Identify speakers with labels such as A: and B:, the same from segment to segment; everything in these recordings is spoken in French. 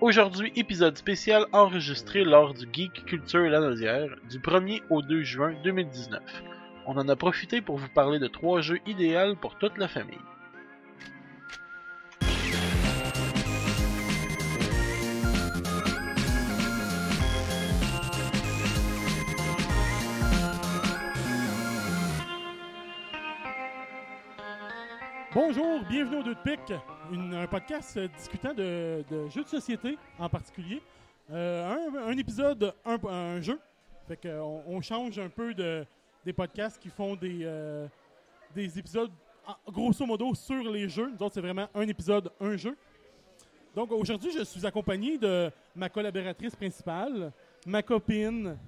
A: Aujourd'hui, épisode spécial enregistré lors du Geek Culture Lanaudière du 1er au 2 juin 2019. On en a profité pour vous parler de trois jeux idéaux pour toute la famille.
B: Bonjour, bienvenue au Deux de Pique, une- un podcast euh, discutant de, de jeux de société en particulier. Euh, un, un épisode, un, un jeu. Fait que, euh, on, on change un peu de, des podcasts qui font des, euh, des épisodes ah, grosso modo sur les jeux. Nous autres, c'est vraiment un épisode, un jeu. Donc aujourd'hui, je suis accompagné de ma collaboratrice principale, ma copine,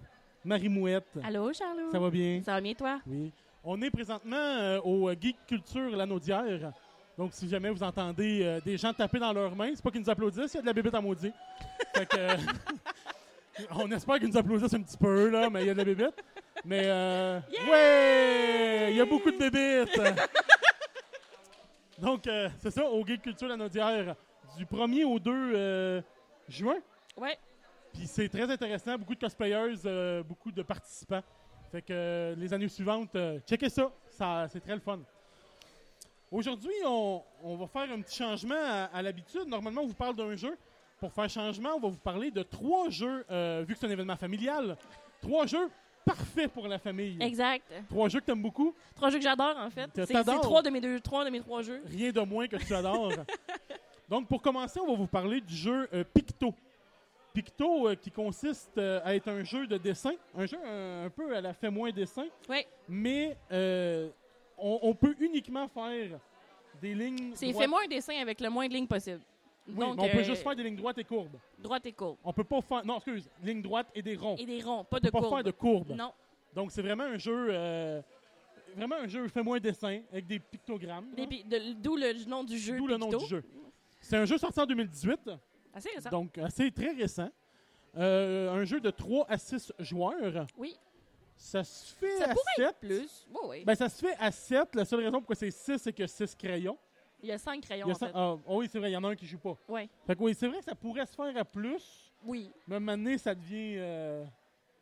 B: Marie Mouette.
C: Allô, Charlot?
B: Ça va bien?
C: Ça va bien, toi?
B: Oui. On est présentement euh, au euh, Geek Culture Lanaudière. Donc, si jamais vous entendez euh, des gens taper dans leurs mains, c'est pas qu'ils nous applaudissent, il y a de la bébête à maudit. Fait que, euh, on espère qu'ils nous applaudissent un petit peu, là, mais il y a de la bébête. Mais, euh, ouais! Il y a beaucoup de bébêtes! Donc, euh, c'est ça, au Geek Culture Lanaudière, du 1er au 2 euh, juin.
C: Ouais.
B: Puis c'est très intéressant, beaucoup de cosplayers, euh, beaucoup de participants. Fait que euh, les années suivantes, euh, checkez ça, ça c'est très le fun. Aujourd'hui, on, on va faire un petit changement à, à l'habitude. Normalement, on vous parle d'un jeu. Pour faire changement, on va vous parler de trois jeux, euh, vu que c'est un événement familial, trois jeux parfaits pour la famille.
C: Exact.
B: Trois jeux que t'aimes beaucoup,
C: Trois jeux que j'adore, en fait.
B: Que
C: C'est c'est
B: t'adores.
C: trois de mes deux, trois de mes trois jeux.
B: rien de moins que tu adores. Donc, pour commencer, on va vous parler du jeu euh, Picto. Picto, euh, qui consiste euh, à être un jeu de dessin, un jeu euh, un peu à la fait moins dessin,
C: Ouais.
B: mais euh, on, on peut uniquement faire des lignes.
C: C'est
B: droites-
C: fais-moi un dessin avec le moins de lignes possible.
B: Oui,
C: Donc,
B: mais on peut
C: euh,
B: juste faire des lignes droites et courbes.
C: Droite et courbe.
B: On peut pas faire. Non, excuse, lignes droites et des ronds.
C: Et des ronds, pas de
B: pas
C: courbe.
B: faire de courbes.
C: Non.
B: Donc, c'est vraiment un jeu. euh, vraiment un jeu fait moins dessin, avec des pictogrammes.
C: Des
B: hein,
C: pi- de- D'où le nom du jeu.
B: D'où le nom
C: Picto. Ah,
B: du jeu. C'est un jeu sorti en 2018.
C: Assez récent.
B: Donc, assez très récent. Euh, un jeu de 3 à 6 joueurs.
C: Oui.
B: Ça se fait
C: Ça
B: à
C: pourrait
B: 7.
C: Plus. Oui, oui.
B: Ben, ça se fait à 7. La seule raison pourquoi c'est 6, c'est que 6 crayons.
C: Il y a cinq crayons,
B: Il y a
C: en
B: ça-
C: fait.
B: ah, oh oui, c'est vrai, il y en a un qui joue pas.
C: Ouais.
B: Fait que oui, c'est vrai que ça pourrait se faire à plus.
C: Oui.
B: Mais à un moment donné, ça devient. euh,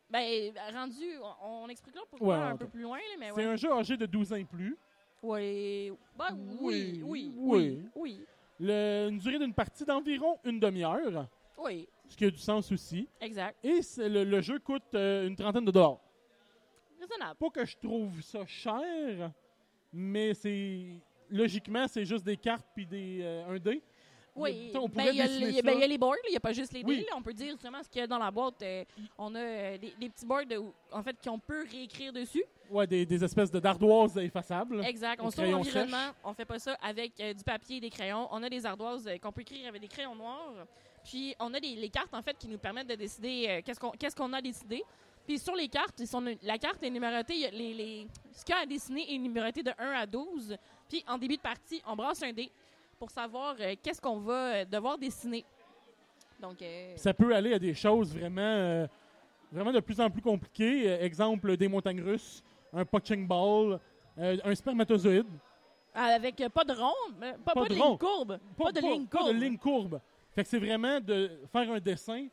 C: Ben, rendu, on, on expliquera pourquoi
B: Ouais,
C: un
B: ok.
C: peu plus loin, là, mais
B: c'est
C: Ben ouais.
B: un jeu âgé de 12 ans et plus.
C: Ouais. Ben,
B: Oui,
C: oui, oui, oui,
B: oui.
C: oui,
B: Le- une durée d'une partie d'environ une demi-heure,
C: oui,
B: ce qui a du sens aussi.
C: exact.
B: Et c'est- le, le jeu coûte euh, une trentaine de dollars.
C: Raisonnable.
B: Pas que je trouve ça cher, mais c'est logiquement c'est juste des cartes puis des euh, un dé.
C: Oui,
B: Mais, on
C: ben,
B: pourrait
C: il y a
B: dessiner
C: le- il y a-
B: ça.
C: ben, il y a les boards, là, il n'y a pas juste les dés.
B: Oui.
C: là. On peut dire justement ce qu'il y a dans la boîte. euh, on a euh, des, des petits boards de- où- en fait, qu'on peut réécrire dessus.
B: Ouais, des, des espèces de d'ardoises effaçables.
C: Exact.
B: Des
C: On sauve
B: crayons
C: l'environnement. On fait pas ça avec euh, du papier et des crayons. On a des ardoises euh, qu'on peut écrire avec des crayons noirs. Puis on a des, les cartes en fait qui nous permettent de décider euh, qu'est-ce qu'on qu'est-ce qu'on a décidé. Puis sur les cartes, ils sont, la carte est numérotée, il y a les, les- ce qu'il y a à dessiner est numéroté de 1 à 12. Puis en début de partie, on brasse un dé pour savoir euh, qu'est-ce qu'on va euh, devoir dessiner. Donc, euh,
B: Ça peut aller à des choses vraiment euh, vraiment de plus en plus compliquées. Euh, exemple des montagnes russes, un punching ball, euh, un spermatozoïde.
C: avec euh, pas de rond, mais pas,
B: Pas
C: pas
B: de
C: de
B: rond.
C: ligne courbe. Pas de ligne
B: pas de
C: courbe.
B: ligne courbe. Fait que c'est vraiment de faire un dessin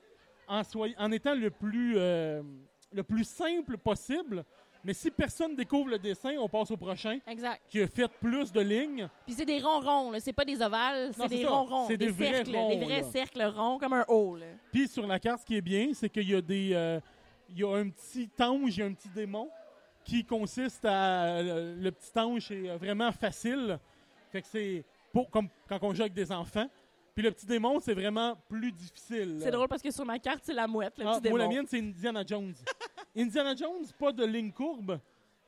B: en, soi- en étant le plus euh, le plus simple possible. Mais si personne découvre le dessin, on passe au prochain.
C: Exact.
B: qui a fait plus de lignes.
C: Puis c'est des ronds ronds, là. C'est pas des ovales,
B: Non,
C: c'est des
B: c'est ça.
C: ronds ronds.
B: C'est des vrais
C: cercles,
B: ronds,
C: Des vrais
B: là.
C: cercles ronds, comme un O, là.
B: Puis sur la carte, ce qui est bien, c'est qu'il y a des, euh, il y a un petit ange et un petit démon qui consiste à euh, le, le petit ange est euh, vraiment facile. Fait que c'est pour- comme quand on joue avec des enfants. Puis le petit démon, c'est vraiment plus difficile.
C: C'est drôle parce que sur ma carte, c'est la mouette, le
B: Ah,
C: petit démon.
B: Moi, la mienne, c'est Indiana Jones. Indiana Jones, pas de ligne courbe.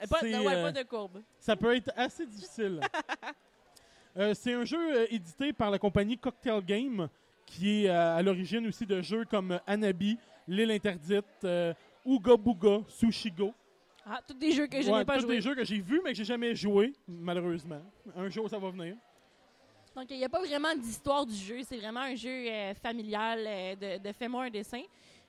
C: Euh, pas,
B: c'est,
C: ouais,
B: euh,
C: pas de courbe.
B: Ça peut être assez difficile. Euh, c'est un jeu euh, édité par la compagnie Cocktail Game, qui est euh, à l'origine aussi de jeux comme euh, Anabi, L'île interdite, euh, Ooga Booga, Sushi Go.
C: Ah, tous des jeux que je
B: Ouais,
C: n'ai pas
B: tous
C: joué.
B: des jeux que j'ai vus mais que j'ai jamais joué, malheureusement. Un jour, ça va venir.
C: Donc, il n'y a pas vraiment d'histoire du jeu. C'est vraiment un jeu euh, familial euh, de, de fais-moi un dessin.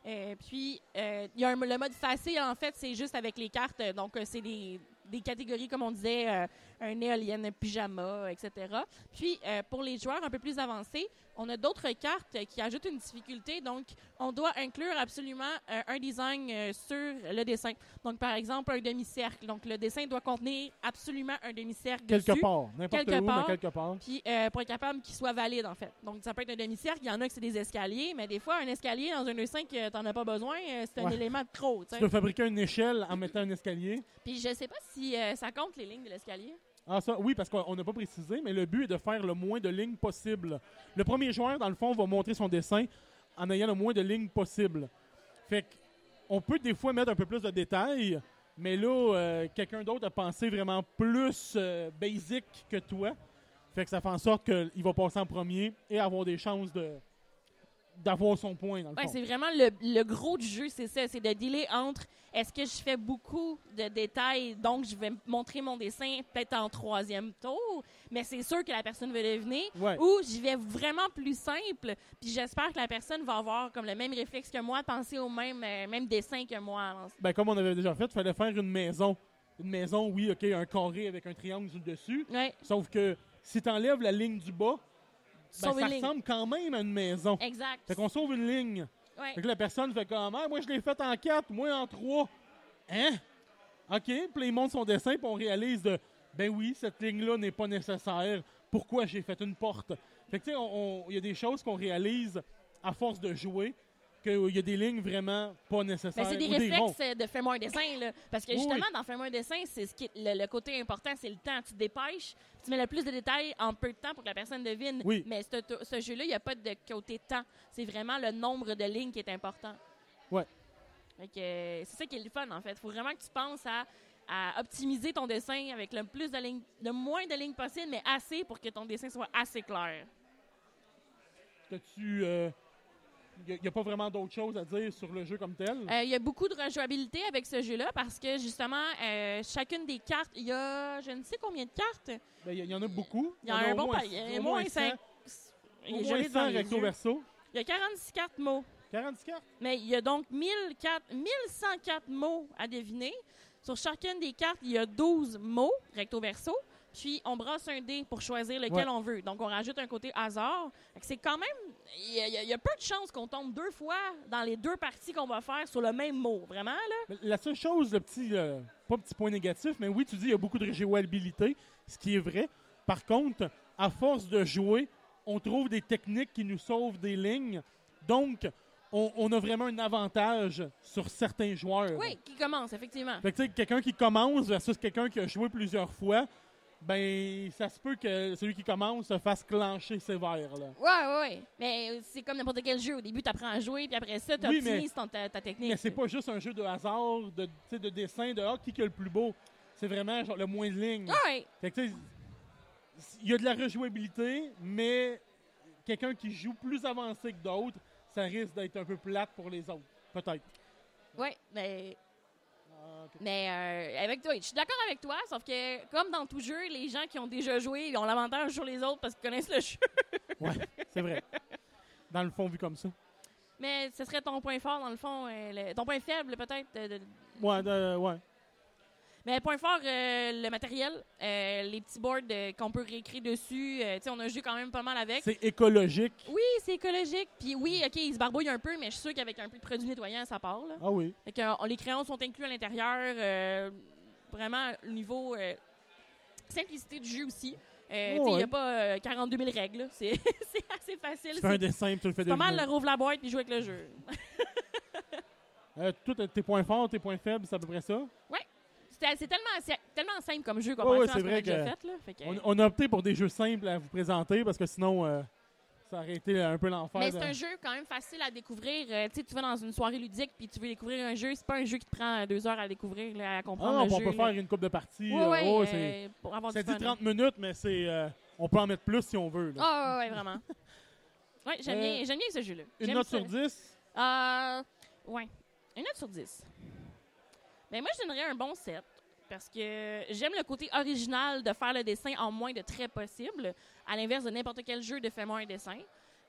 C: Euh, puis, euh, il y a un- le mode facile, en fait, c'est juste avec les cartes. Donc, euh, c'est des, des catégories, comme on disait, euh, un éolienne pyjama, etc. Puis, euh, pour les joueurs un peu plus avancés, on a d'autres cartes euh, qui ajoutent une difficulté. Donc, on doit inclure absolument euh, un design euh, sur le dessin. Donc, par exemple, un demi-cercle. Donc, le dessin doit contenir absolument un demi-cercle
B: Quelque
C: dessus.
B: part. N'importe
C: Quelque
B: où,
C: part.
B: mais quelque part.
C: Puis euh, pour être capable qu'il soit valide, en fait. Donc, ça peut être un demi-cercle. Il y en a que c'est des escaliers, mais des fois, un escalier dans un E5, euh, t'en as pas besoin. euh, c'est un
B: Ouais.
C: élément de trop. tu sais.
B: Tu peux fabriquer une échelle en mettant un escalier.
C: Puis je sais pas si euh, ça compte les lignes de l'escalier.
B: Ah ça, oui, parce qu'on n'a pas précisé, mais le but est de faire le moins de lignes possible. Le premier joueur, dans le fond, va montrer son dessin en ayant le moins de lignes possible. Fait que, on peut des fois mettre un peu plus de détails, mais là, euh, quelqu'un d'autre a pensé vraiment plus euh, basic que toi. Fait que ça fait en sorte qu'il va passer en premier et avoir des chances de d'avoir son point, dans le
C: Ouais,
B: fond.
C: c'est vraiment le, le gros du jeu, c'est ça. C'est de dealer entre est-ce que je fais beaucoup de détails, donc je vais montrer mon dessin peut-être en troisième tour, mais c'est sûr que la personne veut deviner.
B: Ouais.
C: Ou j'y vais vraiment plus simple, puis j'espère que la personne va avoir comme le même réflexe que moi, penser au même, euh, même dessin que moi.
B: Ben, comme on avait déjà fait, il fallait faire une maison. Une maison, oui, OK, un carré avec un triangle sur le dessus.
C: Ouais,
B: Sauf que si tu enlèves la ligne du bas, ben, ça
C: Sauve une ligne. Eh.
B: ressemble quand même à une maison.
C: Exact.
B: Fait qu'on sauve une ligne.
C: Ouais.
B: Fait que la personne fait comme Ah, moi je l'ai faite en quatre, moi en trois. Hein? OK, puis là, il montre son dessin, puis on réalise de Ben oui, cette ligne-là n'est pas nécessaire. Pourquoi j'ai fait une porte? Fait que tu sais, on- on- il y a des choses qu'on réalise à force de jouer, qu'il y a des lignes vraiment pas nécessaires.
C: Ben, c'est des
B: ou des ronds.
C: réflexes euh, de fais-moi un dessin, là. Parce que
B: Oui,
C: justement,
B: oui.
C: dans fais-moi un dessin, c'est ce qui est- le, le côté important, c'est le temps. Tu te dépêches, tu mets le plus de détails en peu de temps pour que la personne devine.
B: Oui.
C: Mais ce, ce jeu-là, il n'y a pas de côté temps. C'est vraiment le nombre de lignes qui est important.
B: Ouais.
C: Fait que, euh, c'est ça qui est le fun, en fait. Il faut vraiment que tu penses à, à optimiser ton dessin avec le plus de lignes, le moins de lignes possible, mais assez pour que ton dessin soit assez clair.
B: T'as-tu. euh, Il n'y a, pas vraiment d'autres choses à dire sur le jeu comme tel?
C: Euh, Il y a beaucoup de rejouabilité avec ce jeu-là parce que justement, euh, chacune des cartes, il y a je ne sais combien de cartes.
B: Ben, Il y, y en a beaucoup.
C: Il y a
B: en
C: un
B: au
C: bon
B: moins-
C: paquet. Il y a
B: au
C: moins
B: 100,
C: cinq- Il
B: Au
C: est
B: moins
C: gelé
B: 100
C: dans les yeux.
B: recto-verso.
C: Il y a 46 cartes mots.
B: 44?
C: Mais il y a donc 1000 cartes- 1104 mots à deviner. Sur chacune des cartes, il y a 12 mots recto-verso. Puis on brasse un dé pour choisir lequel
B: Ouais.
C: on veut. Donc on rajoute un côté hasard. Fait que C'est quand même. Il y, a- il y a- il y a peu de chances qu'on tombe deux fois dans les deux parties qu'on va faire sur le même mot. Vraiment, là.
B: Mais La seule chose, le petit, euh, pas petit point négatif, mais oui, tu dis il y a beaucoup de rejouabilité, ce qui est vrai. Par contre, à force de jouer, on trouve des techniques qui nous sauvent des lignes. Donc, on, on a vraiment un avantage sur certains joueurs.
C: Oui, qui commence, effectivement.
B: Fait que, tu sais, quelqu'un qui commence versus quelqu'un qui a joué plusieurs fois, ben, ça se peut que celui qui commence se fasse clencher sévère, là.
C: Ouais, ouais, ouais. Mais euh, c'est comme n'importe quel jeu. Au début, t'apprends à jouer, puis après ça, t'optimises
B: mais-
C: ton- ta, ta technique.
B: Mais c'est pas juste un jeu de hasard, de, tu sais, de dessin, de ah, qui qui a le plus beau. C'est vraiment genre, le moins de lignes.
C: Ouais,
B: Fait que, tu sais, il y a de la rejouabilité, mais quelqu'un qui joue plus avancé que d'autres, ça risque d'être un peu plate pour les autres. Peut-être.
C: ouais. Mais,
B: Ah, ok.
C: mais euh, avec toi, je suis d'accord avec toi, sauf que, comme dans tout jeu, les gens qui ont déjà joué, ils ont l'avantage sur les autres parce qu'ils connaissent le jeu.
B: C'est vrai. Dans le fond, vu comme ça.
C: Mais ce serait ton point fort, dans le fond, euh, le- ton point faible, peut-être. euh, de- de-
B: Ouais, de- euh, ouais.
C: Mais point fort, euh, le matériel, euh, les petits boards euh, qu'on peut réécrire dessus. euh, tu sais, on a joué quand même pas mal avec.
B: C'est écologique.
C: Oui, c'est écologique. Puis oui, OK, ils se barbouillent un peu, mais je suis sûre qu'avec un peu de produits nettoyants, ça part, là.
B: Ah oui.
C: Fait que, euh, les crayons sont inclus à l'intérieur. euh, vraiment, au niveau euh, simplicité du jeu aussi. Euh,
B: Oh,
C: tu sais, Il n'y a
B: ouais.
C: pas euh, 42 000 règles. là. C'est c'est assez facile.
B: Tu fais un
C: C'est
B: dessin, puis tu le fais
C: pas mal,
B: deviner.
C: le rouvre la boîte et joue avec le jeu.
B: Euh, tout- tes points forts, tes points faibles, c'est à peu près ça.
C: C'était- C'est tellement, c'est tellement simple comme jeu qu'on
B: Ouais, ouais,
C: à
B: c'est
C: ce qu'on a
B: vrai
C: déjà
B: que-
C: fait. là. Fait que-
B: On, on a opté pour des jeux simples à vous présenter parce que sinon, euh, ça aurait été un peu l'enfer.
C: mais
B: de-
C: c'est un jeu quand même facile à découvrir. Euh, tu sais, tu vas dans une soirée ludique puis tu veux découvrir un jeu. C'est pas un jeu qui te prend euh, deux heures à découvrir, là, à
B: Ah,
C: comprendre
B: non,
C: le
B: on
C: jeu.
B: peut
C: là.
B: faire une coupe de partie.
C: Ouais,
B: euh,
C: ouais,
B: ouais,
C: euh,
B: c'est-
C: pour avoir
B: ça
C: du
B: dit
C: fun.
B: 30 minutes, mais c'est, euh, on peut en mettre plus si on veut. là.
C: Ah, ouais, ouais, vraiment. Ouais, j'aime
B: Euh,
C: bien, j'aime bien ce jeu-là.
B: une
C: J'aime
B: note
C: ça.
B: sur 10,
C: Euh, ouais. Une note sur 10. Ben moi, je donnerais un bon 7. Parce que j'aime le côté original de faire le dessin en moins de traits possible, à l'inverse de n'importe quel jeu de fais-moi un dessin.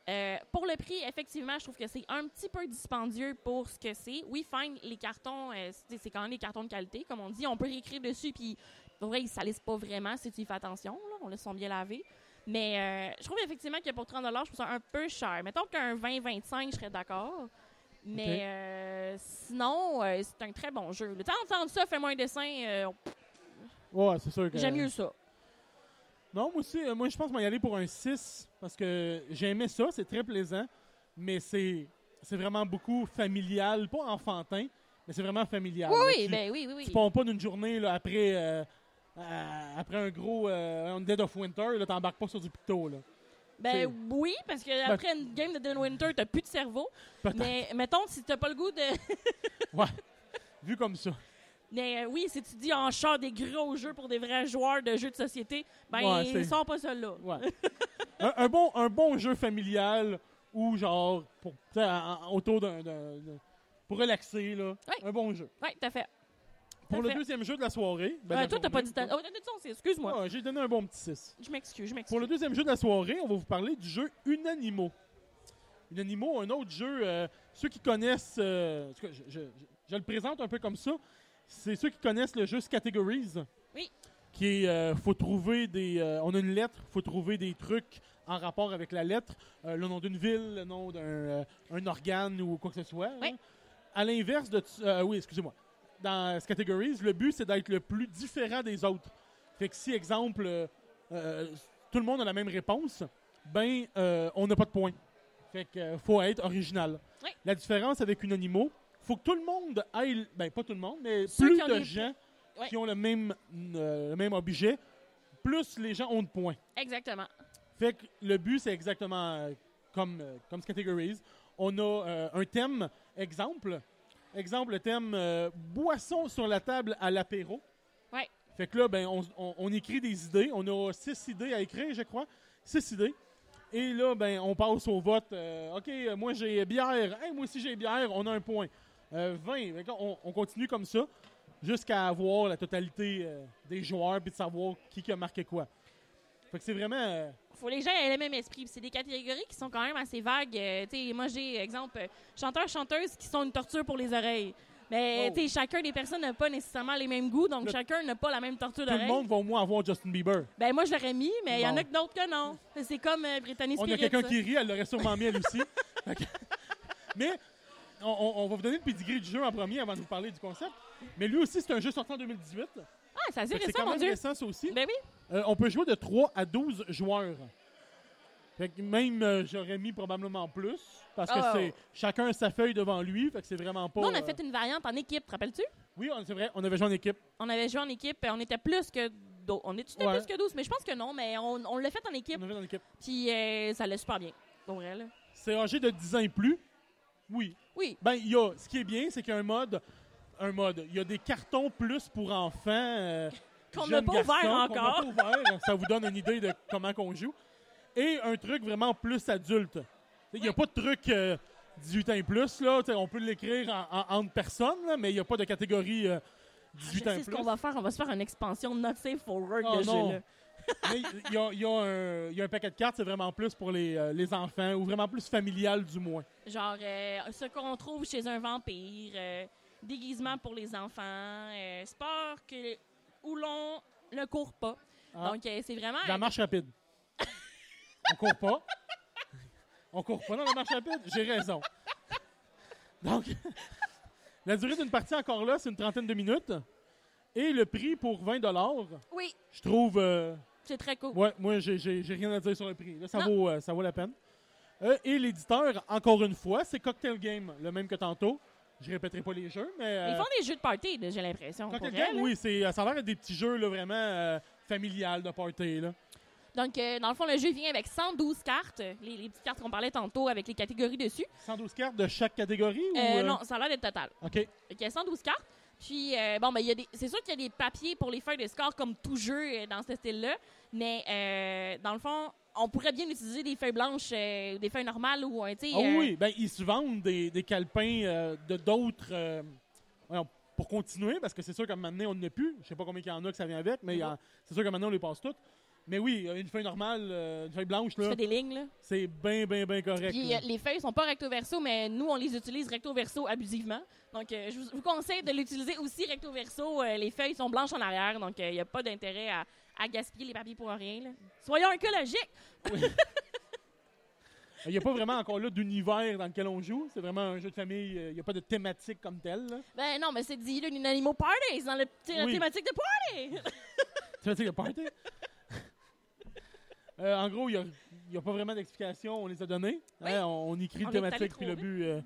C: Euh, pour le prix, effectivement, je trouve que c'est un petit peu dispendieux pour ce que c'est. Oui, fine, les cartons, euh, c'est c'est quand même des cartons de qualité, comme on dit. On peut réécrire dessus, puis Pour vrai, ils salissent pas vraiment si tu y fais attention. Là. On les sont bien lavés. Mais euh, je trouve effectivement que pour 30 je trouve ça un peu cher. Mettons qu'un 20-25, je serais d'accord. Mais
B: Ok.
C: euh, sinon, euh, c'est un très bon jeu. Le temps d'entendre ça, fais-moi un dessin. euh,
B: Ouais, c'est sûr que. euh,
C: J'aime mieux ça.
B: Non, moi aussi, euh, moi je pense que je vais y aller pour un 6 parce que j'aimais ça, c'est très plaisant, mais c'est c'est vraiment beaucoup familial, pas enfantin, mais c'est vraiment familial.
C: Oui,
B: Là,
C: oui,
B: tu,
C: ben oui, oui, oui.
B: tu pompes pas d'une journée là, après euh, euh, après un gros euh, un Dead of Winter, là t'embarques pas sur du picto là.
C: Ben
B: C'est-
C: oui, parce que après une game de Dylan Winter, t'as plus de cerveau.
B: Peut-être.
C: Mais mettons, si t'as pas le goût de.
B: Vu comme ça.
C: Mais euh, oui, si tu dis en char des gros jeux pour des vrais joueurs de jeux de société, ben
B: Ouais, c'est-
C: ils sont pas ceux-là.
B: Ouais. un, un bon, un bon jeu familial ou genre pour, tu sais, en- en- autour d'un. d'un- d'un- pour relaxer, là.
C: Ouais.
B: Un bon jeu.
C: Oui, tout à fait.
B: Pour le
C: fait.
B: deuxième jeu de la soirée. ben,
C: Euh,
B: de la
C: toi, t'as pas dit.
B: journée,
C: ta- Oh, t'as dit ton, c'est- excuse-moi.
B: Ah, J'ai donné un bon petit 6.
C: Je m'excuse, je m'excuse.
B: Pour le deuxième jeu de la soirée, on va vous parler du jeu Unanimo. Unanimo, un autre jeu, euh, ceux qui connaissent, euh, en tout cas, je, je- je- je le présente un peu comme ça, c'est ceux qui connaissent le jeu Categories.
C: Oui.
B: Qui est, euh, faut trouver des, euh, on a une lettre, faut trouver des trucs en rapport avec la lettre, euh, le nom d'une ville, le nom d'un euh, un organe ou quoi que ce soit.
C: Oui.
B: hein. À l'inverse de, t- euh, oui, excusez-moi, dans Categories, le but c'est d'être le plus différent des autres. Fait que si exemple, euh, euh, tout le monde a la même réponse, ben euh, on n'a pas de points. Fait que euh, faut être original.
C: Oui.
B: La différence avec Unanimo, faut que tout le monde aille, ben pas tout le monde, mais
C: Ceux
B: plus
C: qui ont
B: de
C: des-
B: gens
C: Ouais.
B: qui ont le même, euh, le même objet, plus les gens ont de points.
C: Exactement.
B: Fait que le but, c'est exactement euh, comme, euh, comme Categories. On a euh, un thème, exemple. Exemple, le thème euh, boisson sur la table à l'apéro.
C: Ouais.
B: Fait que là, ben, on, on- on écrit des idées. On a six idées à écrire, je crois. Six idées. Et là, ben, on passe au vote. Euh, OK, euh, moi j'ai bière. Hey, moi aussi j'ai bière. On a un point. Euh, 20. Fait qu'on- On, on continue comme ça jusqu'à avoir la totalité euh, des joueurs puis de savoir qui, qui a marqué quoi. Fait que c'est vraiment. euh,
C: Faut les gens aient le même esprit. Puis C'est des catégories qui sont quand même assez vagues. Euh, tu sais, moi, j'ai, exemple, euh, chanteurs, chanteuses qui sont une torture pour les oreilles. Mais
B: Oh.
C: tu sais, chacun des personnes n'a pas nécessairement les mêmes goûts, donc
B: Le-
C: chacun n'a pas la même torture
B: Tout le
C: d'oreille.
B: monde va au moins avoir Justin Bieber.
C: Ben moi, je l'aurais mis, mais il y en a
B: Bon.
C: que d'autres que non. C'est comme euh, Brittany
B: On
C: Spears.
B: a quelqu'un qui rit, elle l'aurait sûrement mis elle aussi. Fait que- Mais on, on- on va vous donner le pedigree du jeu en premier avant de vous parler du concept. Mais lui aussi, c'est un jeu sorti en 2018.
C: Ah, ça
B: Fait
C: c'est
B: que C'est
C: récent,
B: quand
C: mon
B: même
C: Dieu.
B: récent, ça aussi.
C: Ben oui.
B: Euh, on peut jouer de 3 à 12 joueurs. Fait que même, euh, j'aurais mis probablement plus, parce que
C: Oh.
B: c'est chacun a sa feuille devant lui, fait que c'est vraiment pas...
C: Nous, on a
B: euh,
C: fait une variante en équipe, te rappelles-tu?
B: Oui, on- c'est vrai, on avait joué en équipe.
C: On avait joué en équipe, euh, on était plus que 12. On était
B: Ouais. Mm.
C: plus que 12, mais je pense que non, mais on, on l'a fait en équipe,
B: On avait joué en équipe.
C: puis euh, ça allait super bien. Pour vrai, là.
B: C'est âgé de 10 ans et plus. Oui,
C: Oui.
B: Ben, il y a. Ce qui est bien, c'est qu'il y a un mode. Un mode. Il y a des cartons plus pour enfants. euh,
C: Qu'on
B: jeunes
C: n'a pas ouvert
B: garçons, qu'on
C: encore.
B: n'a pas ouvert. Ça vous donne une idée de comment qu'on joue. Et un truc vraiment plus adulte. Il n'y a
C: Oui.
B: pas de truc euh, 18 ans et plus. Là. T'sais, On peut l'écrire en, en- entre personnes, là, mais il n'y a pas de catégorie euh,
C: Ah, Je
B: 18 ans
C: sais
B: et
C: ce
B: plus.
C: qu'on va faire. On va se faire une expansion Not Safe for Work
B: Oh,
C: de
B: non.
C: jeu, là.
B: Mais il y a, il y a un- il y a un paquet de cartes, c'est vraiment plus pour les, euh, les enfants ou vraiment plus familial du moins.
C: Genre, euh, ce qu'on trouve chez un vampire, euh, déguisement pour les enfants, euh, sport que, où l'on ne court pas.
B: Ah.
C: Donc, euh, c'est vraiment.
B: De La marche rapide. On court pas. On court pas dans la marche rapide. J'ai raison. Donc, la durée d'une partie encore là, c'est une trentaine de minutes. Et le prix pour 20
C: Oui,
B: je trouve. euh,
C: c'est très cool.
B: ouais, moi, j'ai- j'ai j'ai rien à dire sur le prix. Là, ça,
C: Non.
B: vaut, euh, ça vaut la peine. Euh, et l'éditeur, encore une fois, c'est Cocktail Game, le même que tantôt. Je répéterai pas les jeux, mais.
C: Ils
B: euh,
C: font des jeux de party, là, j'ai l'impression. pour
B: Cocktail
C: vrai,
B: Game,
C: là.
B: oui, c'est- ça a l'air d'être des petits jeux là, vraiment euh, familial de party. Là.
C: Donc, euh, dans le fond, le jeu vient avec 112 cartes, les, les petites cartes qu'on parlait tantôt avec les catégories dessus.
B: 112 cartes de chaque catégorie ou
C: Euh,
B: euh,
C: Non, ça a l'air d'être total.
B: OK.
C: Fait qu'il y a 112 cartes. Puis, euh, bon, ben, il y a des- c'est sûr qu'il y a des papiers pour les feuilles de score comme tout jeu euh, dans ce style-là. Mais, euh, dans le fond, on pourrait bien utiliser des feuilles blanches, euh, ou des feuilles normales ou un, tu sais,
B: Ah
C: euh,
B: oui, ben ils se vendent des, des calepins euh, de d'autres euh, voyons, pour
C: Mm-hmm.
B: euh, continuer parce que c'est sûr qu'à un moment donné on n'en a plus, je sais pas combien il y en a que ça vient avec mais il y en- c'est sûr qu'à un moment donné on les passe toutes. Mais oui, une feuille normale, euh, une feuille blanche,
C: Tu
B: là,
C: fais des lignes, là.
B: c'est bien, bien, bien correct.
C: Puis
B: là.
C: euh, les feuilles sont pas recto-verso, mais nous, on les utilise recto-verso abusivement. Donc, euh, je vous, vous conseille de l'utiliser aussi recto-verso. Euh, les feuilles sont blanches en arrière, donc il n'y a pas d'intérêt à, à gaspiller les papiers pour rien. là. Soyons écologiques!
B: Il n'y a pas vraiment encore là d'univers dans lequel on joue. C'est vraiment un jeu de famille. euh, Il n'y a pas de thématique comme telle. là.
C: Ben non, mais c'est dit là, une animal parties dans le, t- la
B: Oui.
C: thématique de party!
B: Thématique de party. Euh, en gros, il n'y a, pas vraiment d'explication. On les a données.
C: Oui.
B: Hein, on, on écrit
C: On
B: le
C: est allé
B: thématique
C: trop
B: puis le
C: vite.
B: but. euh,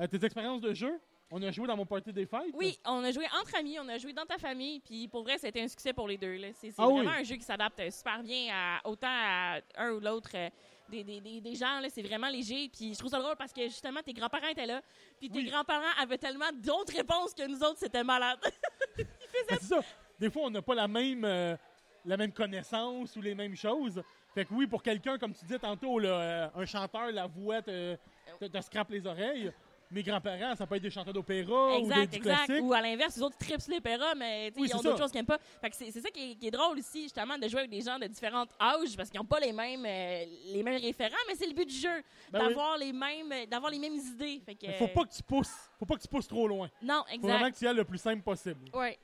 B: euh, tes expériences de jeu, on a joué dans mon party des fêtes.
C: Oui, on a joué entre amis, on a joué dans ta famille, puis pour vrai, c'était un succès pour les deux. là. C'est c'est
B: Ah oui.
C: vraiment un jeu qui s'adapte euh, super bien à autant à un ou l'autre euh, des, des, des, des gens. là. C'est vraiment léger, puis je trouve ça drôle parce que justement, tes grands-parents étaient là, puis tes
B: Oui.
C: grands-parents avaient tellement d'autres réponses que nous autres, c'était malade.
B: Ben, c'est ça. Des fois, on n'a pas la même, euh, la même connaissance ou les mêmes choses. Fait que oui, pour quelqu'un, comme tu disais tantôt, là, euh, un chanteur, la voix te, te, te scrape les oreilles. Mes grands-parents, ça peut être des chanteurs d'opéra Oh, ou des,
C: exact,
B: du
C: exact.
B: classique.
C: Ou à l'inverse, les autres trips l'opéra, mais tu sais,
B: Oui,
C: ils
B: c'est
C: ont
B: ça.
C: d'autres choses qu'ils n'aiment pas. Fait que c'est c'est ça qui est, qui est drôle aussi, justement, de jouer avec des gens de différents âges parce qu'ils n'ont pas les mêmes, euh, les mêmes référents, mais c'est le but du jeu,
B: Ben oui.
C: d'avoir les mêmes, d'avoir les mêmes idées. Fait que,
B: Mais faut pas que tu pousses. Faut pas que tu pousses trop loin.
C: Non,
B: Faut vraiment
C: exact.
B: que tu y ailles le plus simple possible.
C: Ouais.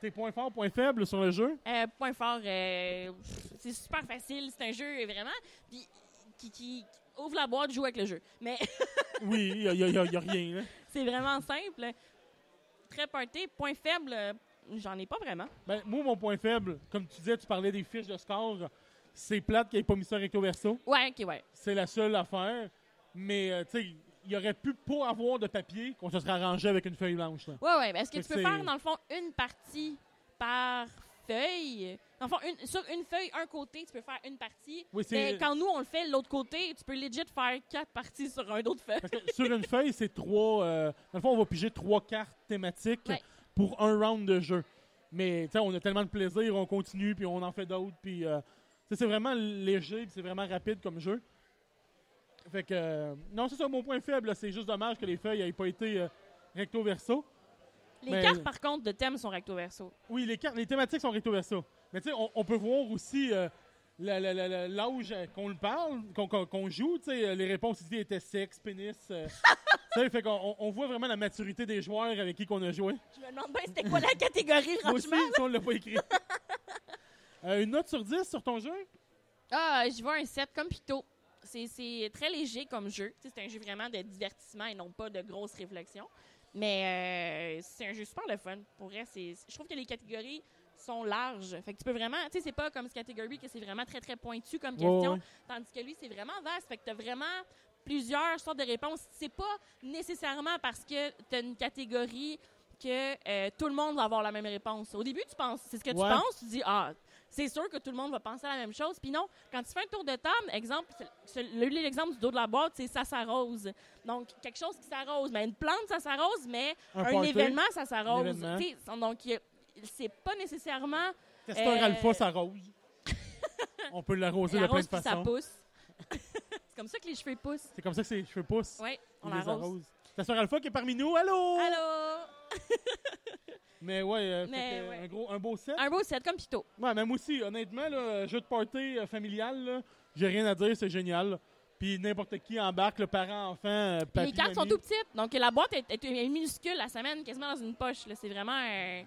B: Tes points forts, points faibles sur le jeu.
C: Euh, point fort, euh, pff, c'est super facile. C'est un jeu euh, vraiment puis qui, qui ouvre la boîte, joue avec le jeu. Mais
B: Oui, il y, a- y a- y a y a rien. là.
C: c'est vraiment simple. Très pointé. Point faible, euh, j'en ai pas vraiment.
B: Ben, moi, mon point faible, comme tu disais, tu parlais des fiches de score. C'est plate qu'il n'y ait pas mis ça recto verso.
C: Ouais, ok, ouais.
B: C'est la seule affaire. Mais, euh, tu sais, il aurait pu pas avoir de papier qu'on se serait arrangé avec une feuille blanche. là.
C: Ouais, ouais. ben, Est-ce que
B: Fait
C: tu
B: que
C: peux
B: c'est-
C: faire, dans le fond, une partie par feuille? Dans le fond, une- sur une feuille, un côté, tu peux faire une partie.
B: Oui,
C: Mais
B: c'est.
C: quand nous, on le fait, l'autre côté, tu peux legit faire quatre parties sur un autre feuille.
B: Parce que sur une feuille, c'est trois. euh, dans le fond, on va piger trois cartes thématiques
C: Ouais.
B: pour un round de jeu. Mais, tu sais, on a tellement de plaisir, on continue, puis on en fait d'autres. Puis, euh, tu sais, c'est vraiment léger, puis c'est vraiment rapide comme jeu. Fait que. euh, non, c'est ça, mon point faible. là, C'est juste dommage que les feuilles n'aient pas été euh, recto verso.
C: Les
B: Mais-
C: cartes, par contre, de thème sont recto-verso.
B: Oui, les, cartes- les thématiques sont recto verso. Mais tu sais, on, on peut voir aussi euh, la- la- la- la- l'âge euh, qu'on le parle, qu'on qu'on- qu'on joue. Tu sais, euh, les réponses ici étaient sexe, pénis. euh, tu sais, fait qu'on on- on voit vraiment la maturité des joueurs avec qui qu'on a joué.
C: Je me demande bien c'était quoi la catégorie,
B: Moi aussi,
C: franchement.
B: si on l'a pas écrit. Euh, une note sur 10 sur ton jeu?
C: Ah, je vois un 7 comme Pito. C'est- C'est très léger comme jeu. Tu sais, C'est un jeu vraiment de divertissement et non pas de grosse réflexion. Mais euh, c'est un jeu super le fun. Pour vrai, c'est- je trouve que les catégories sont larges. Fait que tu peux vraiment, tu sais, c'est pas comme catégorie que c'est vraiment très très pointu comme question,
B: Ouais, ouais.
C: tandis que lui c'est vraiment vaste. Fait que t'as vraiment plusieurs sortes de réponses. C'est pas nécessairement parce que t'as une catégorie que euh, tout le monde va avoir la même réponse. Au début, tu penses, c'est ce que tu
B: Ouais.
C: penses, tu dis ah, c'est sûr que tout le monde va penser à la même chose. Puis non, quand tu fais un tour de table, exemple, ce- ce- le- l'exemple du dos de la boîte, c'est ça s'arrose. Donc quelque chose qui s'arrose, mais une plante ça s'arrose, mais un,
B: party,
C: événement ça
B: Un
C: s'arrose.
B: événement.
C: Tu sais, Donc il y a- c'est pas nécessairement
B: Testeur
C: Euh,
B: alpha, ça rose. on peut l'arroser de
C: la
B: plein
C: rose
B: de
C: puis ça
B: façons.
C: pousse. c'est comme ça que les cheveux poussent.
B: C'est comme ça que ses cheveux poussent.
C: Ouais, on
B: Il les
C: l'arrose.
B: arrose. Testeur alpha qui est parmi nous. Allô?
C: Allô!
B: Mais ouais, euh, fait
C: Mais
B: que,
C: ouais.
B: Un, gros, un beau set.
C: Un beau set comme Pito.
B: Ouais, même aussi, honnêtement, là, jeu de party euh, familial, là, j'ai rien à dire, c'est génial. Puis n'importe qui embarque, le parent, enfant, euh,
C: Puis
B: papy,
C: les cartes sont
B: mamie.
C: tout petites, donc la boîte est, est- est minuscule la semaine, quasiment dans une poche. là. C'est vraiment un-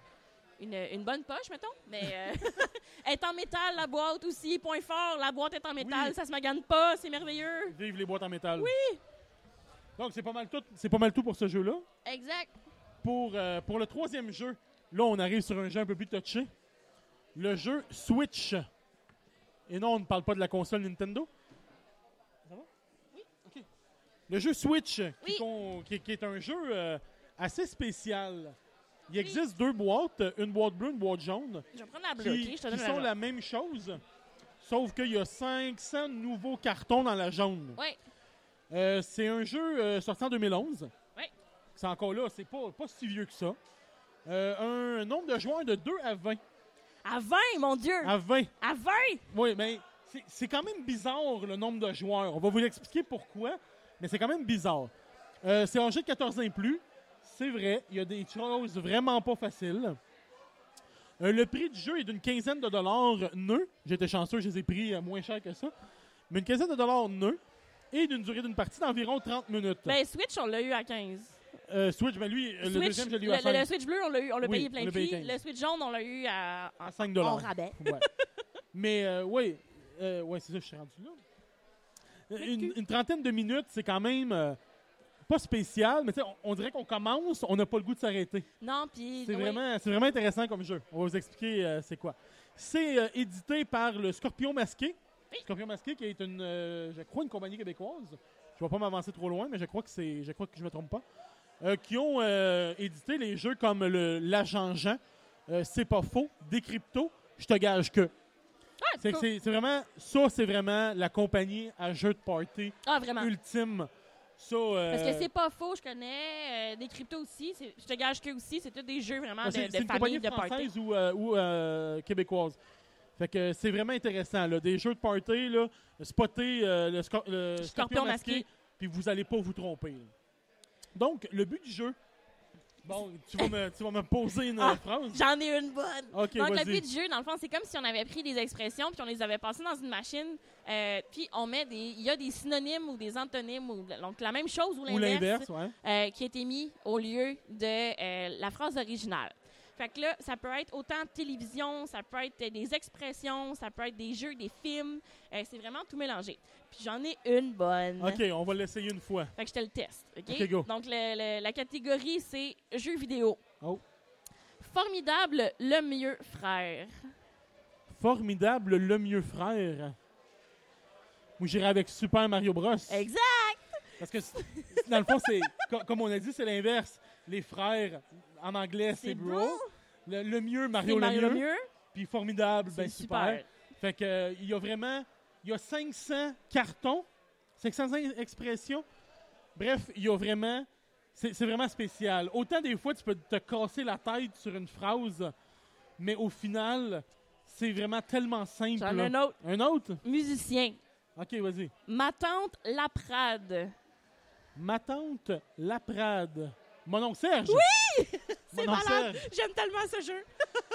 C: une, une bonne poche, mettons. Mais euh, elle est en métal, la boîte aussi, point fort, la boîte est en métal,
B: Oui.
C: ça se magane pas, c'est merveilleux.
B: Vive les boîtes en métal. Oui! Donc c'est pas mal tout, c'est pas mal tout pour ce jeu-là.
C: Exact.
B: Pour, euh, pour le troisième jeu, là on arrive sur un jeu un peu plus touché. Le jeu Switch. Et non, on ne parle pas de la console Nintendo. Ça va? Oui. OK. Le jeu Switch, qui
C: Oui.
B: qu'on- qui, qui est un jeu euh, assez spécial. Il existe deux boîtes, une boîte bleue, une boîte jaune,
C: Je vais prendre la bleue,
B: qui,
C: ok? Je te
B: qui
C: donne
B: sont
C: la,
B: la même chose, sauf qu'il y a 500 nouveaux cartons dans la jaune.
C: Oui,
B: Euh, c'est un jeu euh, sorti en 2011.
C: Ouais.
B: C'est encore là, c'est pas, pas si vieux que ça. Euh, un nombre de joueurs de 2 à 20.
C: à 20, mon Dieu!
B: À 20.
C: À 20!
B: Oui, mais c'est- c'est quand même bizarre le nombre de joueurs. On va vous expliquer pourquoi, mais c'est quand même bizarre. Euh, c'est un jeu de 14 ans et plus. C'est vrai, il y a des choses vraiment pas faciles. Euh, le prix du jeu est d'une quinzaine de dollars nœuds. J'étais chanceux, je les ai pris euh, moins cher que ça. Mais une quinzaine de dollars nœuds et d'une durée d'une partie d'environ 30 minutes.
C: Ben, Switch, on l'a eu à 15.
B: Euh, Switch, ben lui, euh, le
C: Switch,
B: deuxième, je l'ai eu
C: le-
B: à
C: le-
B: 5,
C: le Switch bleu, on l'a eu, on l'a
B: Oui,
C: payé plein
B: on l'a
C: de
B: payé
C: prix.
B: 15.
C: Le Switch jaune, on l'a eu à,
B: à 5
C: en
B: dollars.
C: rabais.
B: Ouais. Mais euh, ouais, euh, ouais, c'est ça, je suis rendu là. Euh, Une, une trentaine de minutes, c'est quand même euh, pas spécial, mais tu sais, on, on dirait qu'on commence, on n'a pas le goût de s'arrêter.
C: Non, puis.
B: C'est
C: oui.
B: vraiment, c'est vraiment intéressant comme jeu. On va vous expliquer euh, c'est quoi. C'est euh, édité par le Scorpion Masqué.
C: Oui.
B: Scorpion Masqué qui est une, euh, je crois, une compagnie québécoise. Je ne vais pas m'avancer trop loin, mais je crois que c'est, je crois que je me trompe pas. Euh, qui ont euh, édité les jeux comme le l'agent Jean, euh, c'est pas faux, décrypto, je te gage que.
C: Ah,
B: C'est,
C: cool.
B: c'est- c'est vraiment ça, c'est vraiment la compagnie à jeux de party
C: Ah, vraiment.
B: ultime. Ça, euh,
C: Parce que c'est pas faux, je connais. euh, des cryptos aussi. c'est- Je te gage que aussi. C'est tous des jeux vraiment
B: Ouais,
C: de,
B: Ah, C'est
C: de
B: c'est une
C: famille,
B: compagnie
C: de party.
B: française ou, euh, ou, euh, québécoise. Fait que c'est vraiment intéressant. Là. Des jeux de party, là, spotter euh, le, scor- le
C: Scorpion
B: scorpion
C: masqué.
B: masqué, puis vous allez pas vous tromper. là. Donc, le but du jeu... Bon, tu vas me, tu vas me poser une
C: Ah,
B: phrase.
C: J'en ai une bonne.
B: OK,
C: Donc, le
B: vas-y.
C: but du jeu, dans le fond, c'est comme si on avait pris des expressions puis on les avait passées dans une machine. euh, puis on met des. Il y a des synonymes ou des antonymes. Ou, donc, la même chose ou
B: Ou
C: l'inverse
B: l'inverse, ouais.
C: euh, qui a été mis au lieu de euh, la phrase originale. Fait que là, ça peut être autant télévision, ça peut être euh, des expressions, ça peut être des jeux, des films. Euh, c'est vraiment tout mélangé. Puis j'en ai une bonne.
B: OK, on va l'essayer une fois.
C: Fait que je te le teste. OK?
B: OK, go.
C: Donc, le- le- la catégorie, c'est jeux vidéo.
B: Oh.
C: Formidable, le mieux frère.
B: Formidable, le mieux frère. Moi, j'irai avec Super Mario Bros.
C: Exact.
B: Parce que, c'est- dans le fond, c'est co- comme on a dit, c'est l'inverse. Les frères, en anglais, c'est
C: C'est
B: bro.
C: bro.
B: Le, le mieux,
C: C'est
B: Mario,
C: Mario
B: le
C: le
B: mieux.
C: mieux.
B: Puis formidable,
C: C'est
B: ben super. Fait que, euh, il y a vraiment, il y a 500 cartons, 500 expressions. Bref, il y a vraiment, c'est c'est vraiment spécial. Autant des fois, tu peux te casser la tête sur une phrase, mais au final, c'est vraiment tellement simple.
C: J'en ai
B: là.
C: un autre.
B: Un autre?
C: Musicien.
B: OK, vas-y.
C: Ma tante
B: Ah,
C: Laprade.
B: Ma tante Laprade. Mon oncle Serge. Oui!
C: C'est malade. J'aime tellement ce jeu.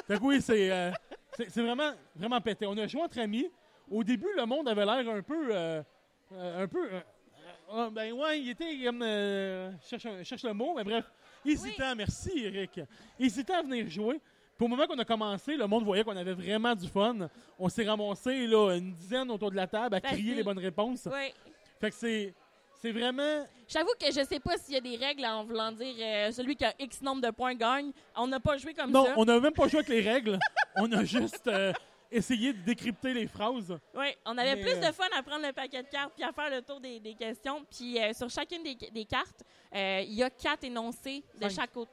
B: Fait que oui, c'est euh, c'est- c'est vraiment, vraiment pété. On a joué entre amis. Au début, le monde avait l'air un peu. euh, euh, un peu. euh, euh, ben ouais, il était comme. euh, je cherche, un- je cherche le mot, mais bref. Hésitant, merci Eric. Hésitant à venir jouer. Puis au moment qu'on a commencé, le monde voyait qu'on avait vraiment du fun. On s'est ramassé là, une dizaine autour de la table à
C: Ben,
B: crier
C: c'est-
B: les bonnes réponses.
C: Oui.
B: Fait que c'est. C'est vraiment.
C: J'avoue que je sais pas s'il y a des règles en voulant dire euh, celui qui a X nombre de points gagne. On n'a pas joué comme
B: Non,
C: ça.
B: on n'a même pas joué avec les règles. on a juste euh, essayé de décrypter les phrases.
C: Oui, on avait
B: Mais,
C: plus
B: euh,
C: de fun à prendre le paquet de cartes puis à faire le tour des, des questions. Puis euh, sur chacune des, des cartes, euh, il y a quatre énoncés de
B: Cinq.
C: chaque côté.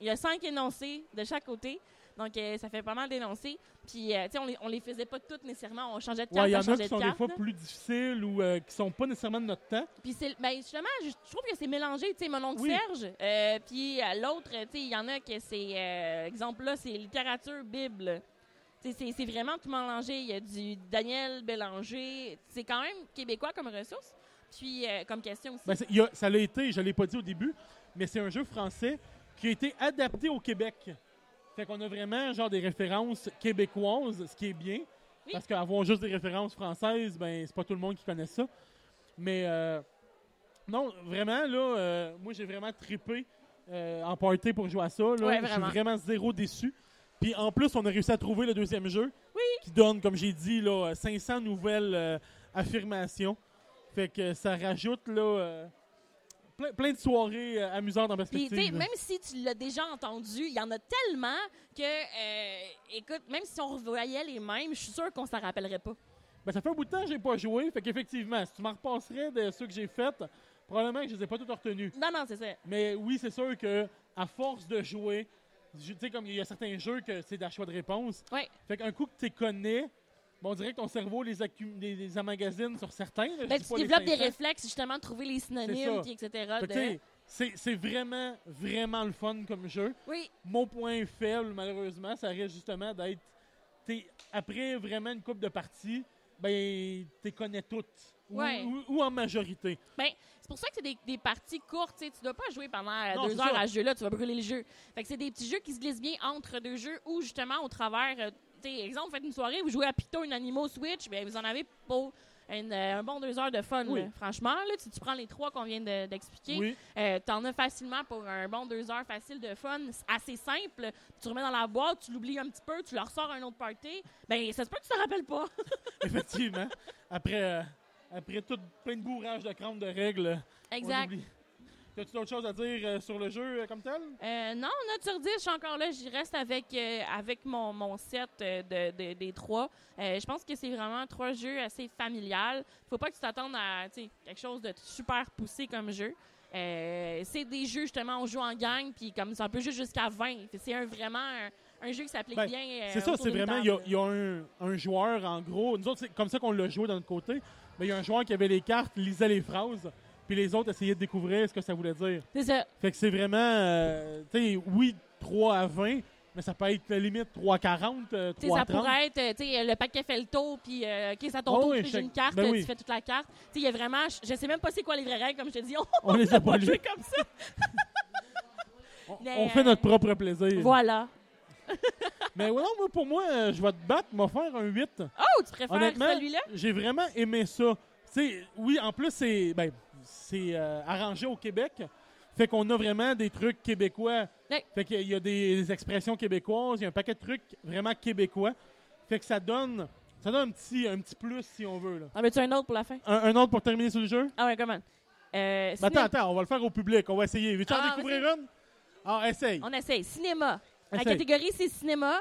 C: Il y a cinq énoncés de chaque côté. Donc, euh, ça fait pas mal d'énoncés. Puis, euh, tu sais, on les, on les faisait pas toutes nécessairement. On changeait de carte,
B: Ouais, il y en
C: on
B: a
C: changeait
B: qui
C: de
B: sont des
C: carte.
B: fois
C: là.
B: plus difficiles ou euh, qui sont pas nécessairement de notre temps.
C: Puis, c'est- ben, justement, je, je trouve que c'est mélangé. Tu sais, mon oncle
B: Oui.
C: Serge, euh, puis euh, l'autre, tu sais, il y en a que c'est... euh, exemple là, c'est littérature, Bible. Tu sais, C'est c'est vraiment tout mélangé. Il y a du Daniel Bélanger. C'est quand même québécois comme ressource. Puis, euh, comme question aussi.
B: Ben, c'est- il y a- ça l'a été, je l'ai pas dit au début, mais c'est un jeu français qui a été adapté au Québec. Fait qu'on a vraiment genre des références québécoises, ce qui est bien.
C: Oui.
B: Parce qu'avoir juste des références françaises, ben c'est pas tout le monde qui connaît ça. Mais euh, non, vraiment, là, euh, moi j'ai vraiment trippé euh, en party pour jouer à ça. là.
C: Ouais,
B: Je suis
C: vraiment.
B: vraiment zéro déçu. Puis en plus, on a réussi à trouver le deuxième jeu
C: Oui.
B: qui donne, comme j'ai dit, là, 500 nouvelles euh, affirmations. Fait que ça rajoute là, euh, plein, plein de soirées euh, amusantes en
C: Puis, tu sais,
B: perspective.
C: même si tu l'as déjà entendu, il y en a tellement que, euh, écoute, même si on revoyait les mêmes, je suis sûre qu'on s'en rappellerait pas.
B: Ben, ça fait un bout de temps que j'ai pas joué. Fait qu'effectivement, si tu m'en repasserais de ceux que j'ai faits, probablement que je les ai pas tous retenus.
C: Non, non, c'est ça.
B: Mais oui, c'est sûr que à force de jouer, je- tu sais, comme il y a certains jeux que c'est d'un choix de réponse.
C: Ouais.
B: Fait qu'un coup que tu les connais, ben, on dirait que ton cerveau les, accu- les, les emmagasine sur certains. là. Je
C: Ben,
B: dis
C: tu
B: pas les
C: développes des
B: 500.
C: réflexes, euh, justement, de trouver les synonymes,
B: ça.
C: puis etc.
B: Fait que,
C: de-
B: tu sais, c'est- C'est vraiment, vraiment le fun comme jeu.
C: Oui,
B: Mon point faible, malheureusement, ça reste justement d'être. t'es- Après vraiment une coupe de parties, ben, t'es connais toutes. ou,
C: Ouais.
B: ou- ou en majorité.
C: Ben, C'est pour ça que c'est des, des parties courtes. tu sais, Tu dois pas jouer pendant euh,
B: Non,
C: deux
B: c'est
C: heures
B: ça.
C: à ce jeu-là. Tu vas brûler le jeu. Fait que c'est des petits jeux qui se glissent bien entre deux jeux ou justement au travers. euh, tu sais, exemple, vous faites une soirée, vous jouez à Pito, une Animo Switch, ben vous en avez pour une, euh, un bon deux heures de fun.
B: Oui.
C: là. Franchement, là, tu, tu prends les trois qu'on vient de- d'expliquer.
B: Oui.
C: Euh, T'en as facilement pour un bon deux heures facile de fun, c'est assez simple. Tu remets dans la boîte, tu l'oublies un petit peu, tu le ressors à un autre party. Ben, ça se peut que tu te rappelles pas.
B: Effectivement. Après, euh, après tout plein de bourrage de crampes de règles, on
C: Exact.
B: oublie. T'as-tu d'autres choses à dire euh, sur le jeu euh, comme tel?
C: Euh, non, note sur 10, je suis encore là. J'y reste avec, euh, avec mon, mon set euh, de, de- des trois. Euh, je pense que c'est vraiment trois jeux assez familial. faut pas que tu t'attendes à tu sais, quelque chose de super poussé comme jeu. Euh, c'est des jeux, justement, on joue en gang, puis comme ça, on peut jouer jusqu'à 20. Fait que C'est un, vraiment un, un jeu qui s'applique
B: Ben,
C: bien. euh,
B: C'est ça,
C: autour
B: c'est
C: d'une
B: vraiment, il y a,
C: table.
B: il y a un, un joueur, en gros, nous autres, c'est comme ça qu'on l'a joué de notre côté, mais il y a un joueur qui avait les cartes, lisait les phrases, puis les autres essayaient de découvrir ce que ça voulait dire.
C: C'est ça.
B: Fait que c'est vraiment, euh, tu sais, oui, 3 à 20, mais ça peut être limite 3 à 40, euh,
C: Tu sais,
B: 3 à
C: ça
B: 30.
C: pourrait être, euh, tu sais, le paquet fait le tour, puis euh, OK, ça tombe
B: Ah
C: tour,
B: oui,
C: tu fais jouer
B: chaque-
C: une carte,
B: ben oui.
C: tu fais toute la carte. Tu sais, il y a vraiment, je, je sais même pas c'est quoi les vraies règles, comme je te dis, on
B: On les a pas
C: va
B: lus.
C: jouer comme ça.
B: On,
C: Mais,
B: on fait
C: euh,
B: notre propre plaisir.
C: Voilà.
B: Mais ouais, non, moi, pour moi, euh, je vais te battre, m'en faire un 8.
C: Oh, tu préfères
B: Honnêtement,
C: celui-là?
B: J'ai vraiment aimé ça. C'est- oui, en plus, c'est ben, c'est, euh, arrangé au Québec. Fait qu'on a vraiment des trucs québécois.
C: Ouais.
B: Fait qu'il y a- il y a des, des expressions québécoises, il y a un paquet de trucs vraiment québécois. Fait que ça donne, ça donne un, petit, un petit plus, si on veut. là.
C: En veux-tu un autre pour la fin?
B: Un, un autre pour terminer sur le jeu?
C: Ah ouais, comment? Euh,
B: Ben,
C: ciné-
B: attends, attends, on va le faire au public. On va essayer. Veux-tu
C: Ah,
B: en découvrir une? Ah, essaye.
C: On essaye. Cinéma. La
B: Essaye.
C: catégorie, c'est cinéma.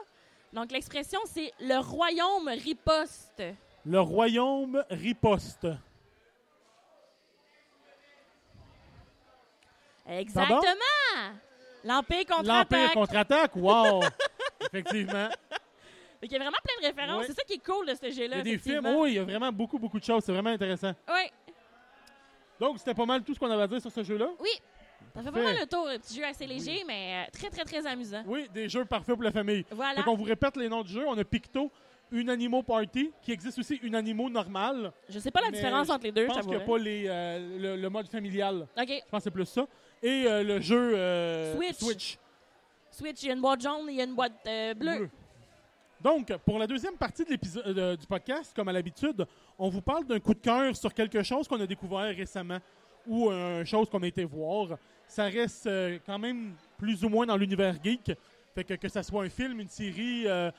C: Donc, l'expression, c'est le royaume riposte.
B: Le royaume riposte.
C: Exactement! L'Empire
B: L'Empire
C: contre-attaque.
B: contre-attaque? Wow! Effectivement.
C: Fait qu'il y a vraiment plein de références.
B: Ouais.
C: C'est ça qui est cool de ce
B: Il
C: jeu-là.
B: y a des films.
C: effectivement.
B: Oui, il y a vraiment beaucoup, beaucoup de choses. C'est vraiment intéressant.
C: Ouais.
B: Donc, c'était pas mal tout ce qu'on avait à dire sur ce jeu-là.
C: Oui. Ça
B: Parfait.
C: fait pas mal le tour. Un petit jeu assez léger, mais euh, très, très, très amusant.
B: Oui, des jeux parfaits pour la famille.
C: Voilà.
B: Donc, on vous répète les noms de jeux. On a Picto, Unanimo Party, qui existe aussi Unanimo normal.
C: Je sais pas la
B: Mais
C: différence
B: je
C: entre les deux.
B: Je pense qu'il n'y a
C: t'avouerais.
B: pas les, euh, le, le mode familial.
C: OK.
B: Je pense que c'est plus ça. Et euh, le jeu euh,
C: Switch. Switch, il y a une boîte jaune et il y a une boîte euh, bleue.
B: Bleu. Donc, pour la deuxième partie de l'épisode euh, du podcast, comme à l'habitude, on vous parle d'un coup de cœur sur quelque chose qu'on a découvert récemment ou euh, une chose qu'on a été voir. Ça reste euh, quand même plus ou moins dans l'univers geek. Fait que que ça soit un film, une série, euh,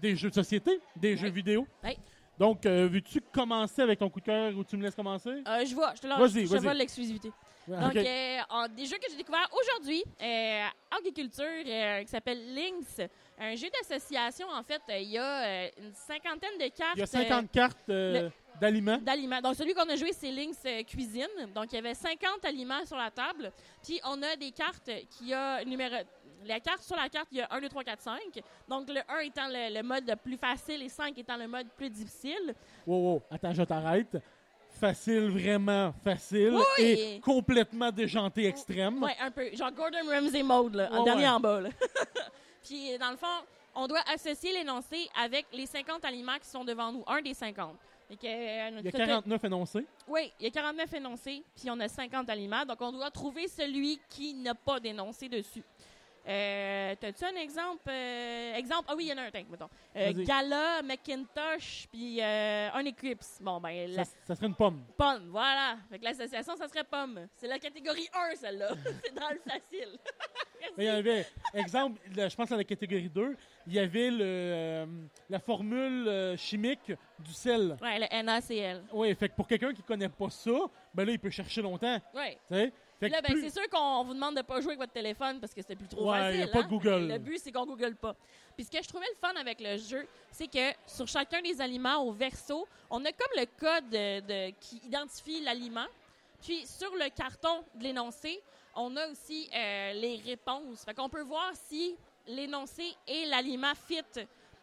B: des jeux de société, des jeux vidéo.
C: Ouais.
B: Donc, euh, veux-tu commencer avec ton coup de cœur ou tu me laisses commencer?
C: Euh, je vois, je te lance,
B: Vas-y,
C: je te
B: vas-y.
C: vole l'exclusivité. Donc,
B: Ok.
C: euh, en- des jeux que j'ai découverts aujourd'hui, euh, Agriculture, euh, qui s'appelle Lynx, un jeu d'association, en fait, euh, il y a euh, une cinquantaine de cartes.
B: Il y a 50 cartes euh, d'aliments.
C: euh, d'aliments. Donc, celui qu'on a joué, c'est Lynx euh, Cuisine. Donc, il y avait 50 aliments sur la table. Puis, on a des cartes qui a numéro... La carte, sur la carte, il y a 1, 2, 3, 4, 5. Donc, le 1 étant le, le mode le plus facile et 5 étant le mode plus difficile.
B: Wow, wow, attends, je t'arrête. Facile, vraiment facile.
C: Oui!
B: Et complètement déjanté extrême.
C: Ouais, un peu. Genre Gordon Ramsay mode, là, en
B: Ouais,
C: dernier
B: ouais.
C: en bas. là. Puis, dans le fond, on doit associer l'énoncé avec les 50 aliments qui sont devant nous. Un des 50. Fait que, euh,
B: Il y a
C: ça fait-
B: 49 énoncés.
C: Oui, il y a 49 énoncés, puis on a 50 aliments. Donc, on doit trouver celui qui n'a pas d'énoncé dessus. Euh, T'as-tu un exemple? euh, exemple? Ah oui, il y en a un, tank, mettons. Euh,
B: Vas-y.
C: Gala, McIntosh, puis euh, un Eclipse. Bon, ben, la
B: Ça, ça serait une pomme.
C: Pomme, voilà. Fait que l'association, ça serait pomme. C'est la catégorie 1, celle-là. c'est dans le facile.
B: Et il y avait, exemple, là, je pense à la catégorie 2, il y avait le, euh, la formule euh, chimique du sel.
C: Ouais, le NaCl.
B: Oui, fait que pour quelqu'un qui connaît pas ça, ben là, il peut chercher longtemps.
C: Ouais.
B: tu sais. Fait que
C: Là, ben,
B: plus-
C: c'est sûr qu'on vous demande de pas jouer avec votre téléphone parce que c'est plus trop
B: Ouais,
C: facile.
B: y a pas de
C: hein.
B: Google.
C: Le but, c'est qu'on Google pas. Puis ce que je trouvais le fun avec le jeu, c'est que sur chacun des aliments au verso, on a comme le code euh, de- qui identifie l'aliment. Puis sur le carton de l'énoncé, on a aussi euh, les réponses. Fait qu'on peut voir si l'énoncé et l'aliment fit,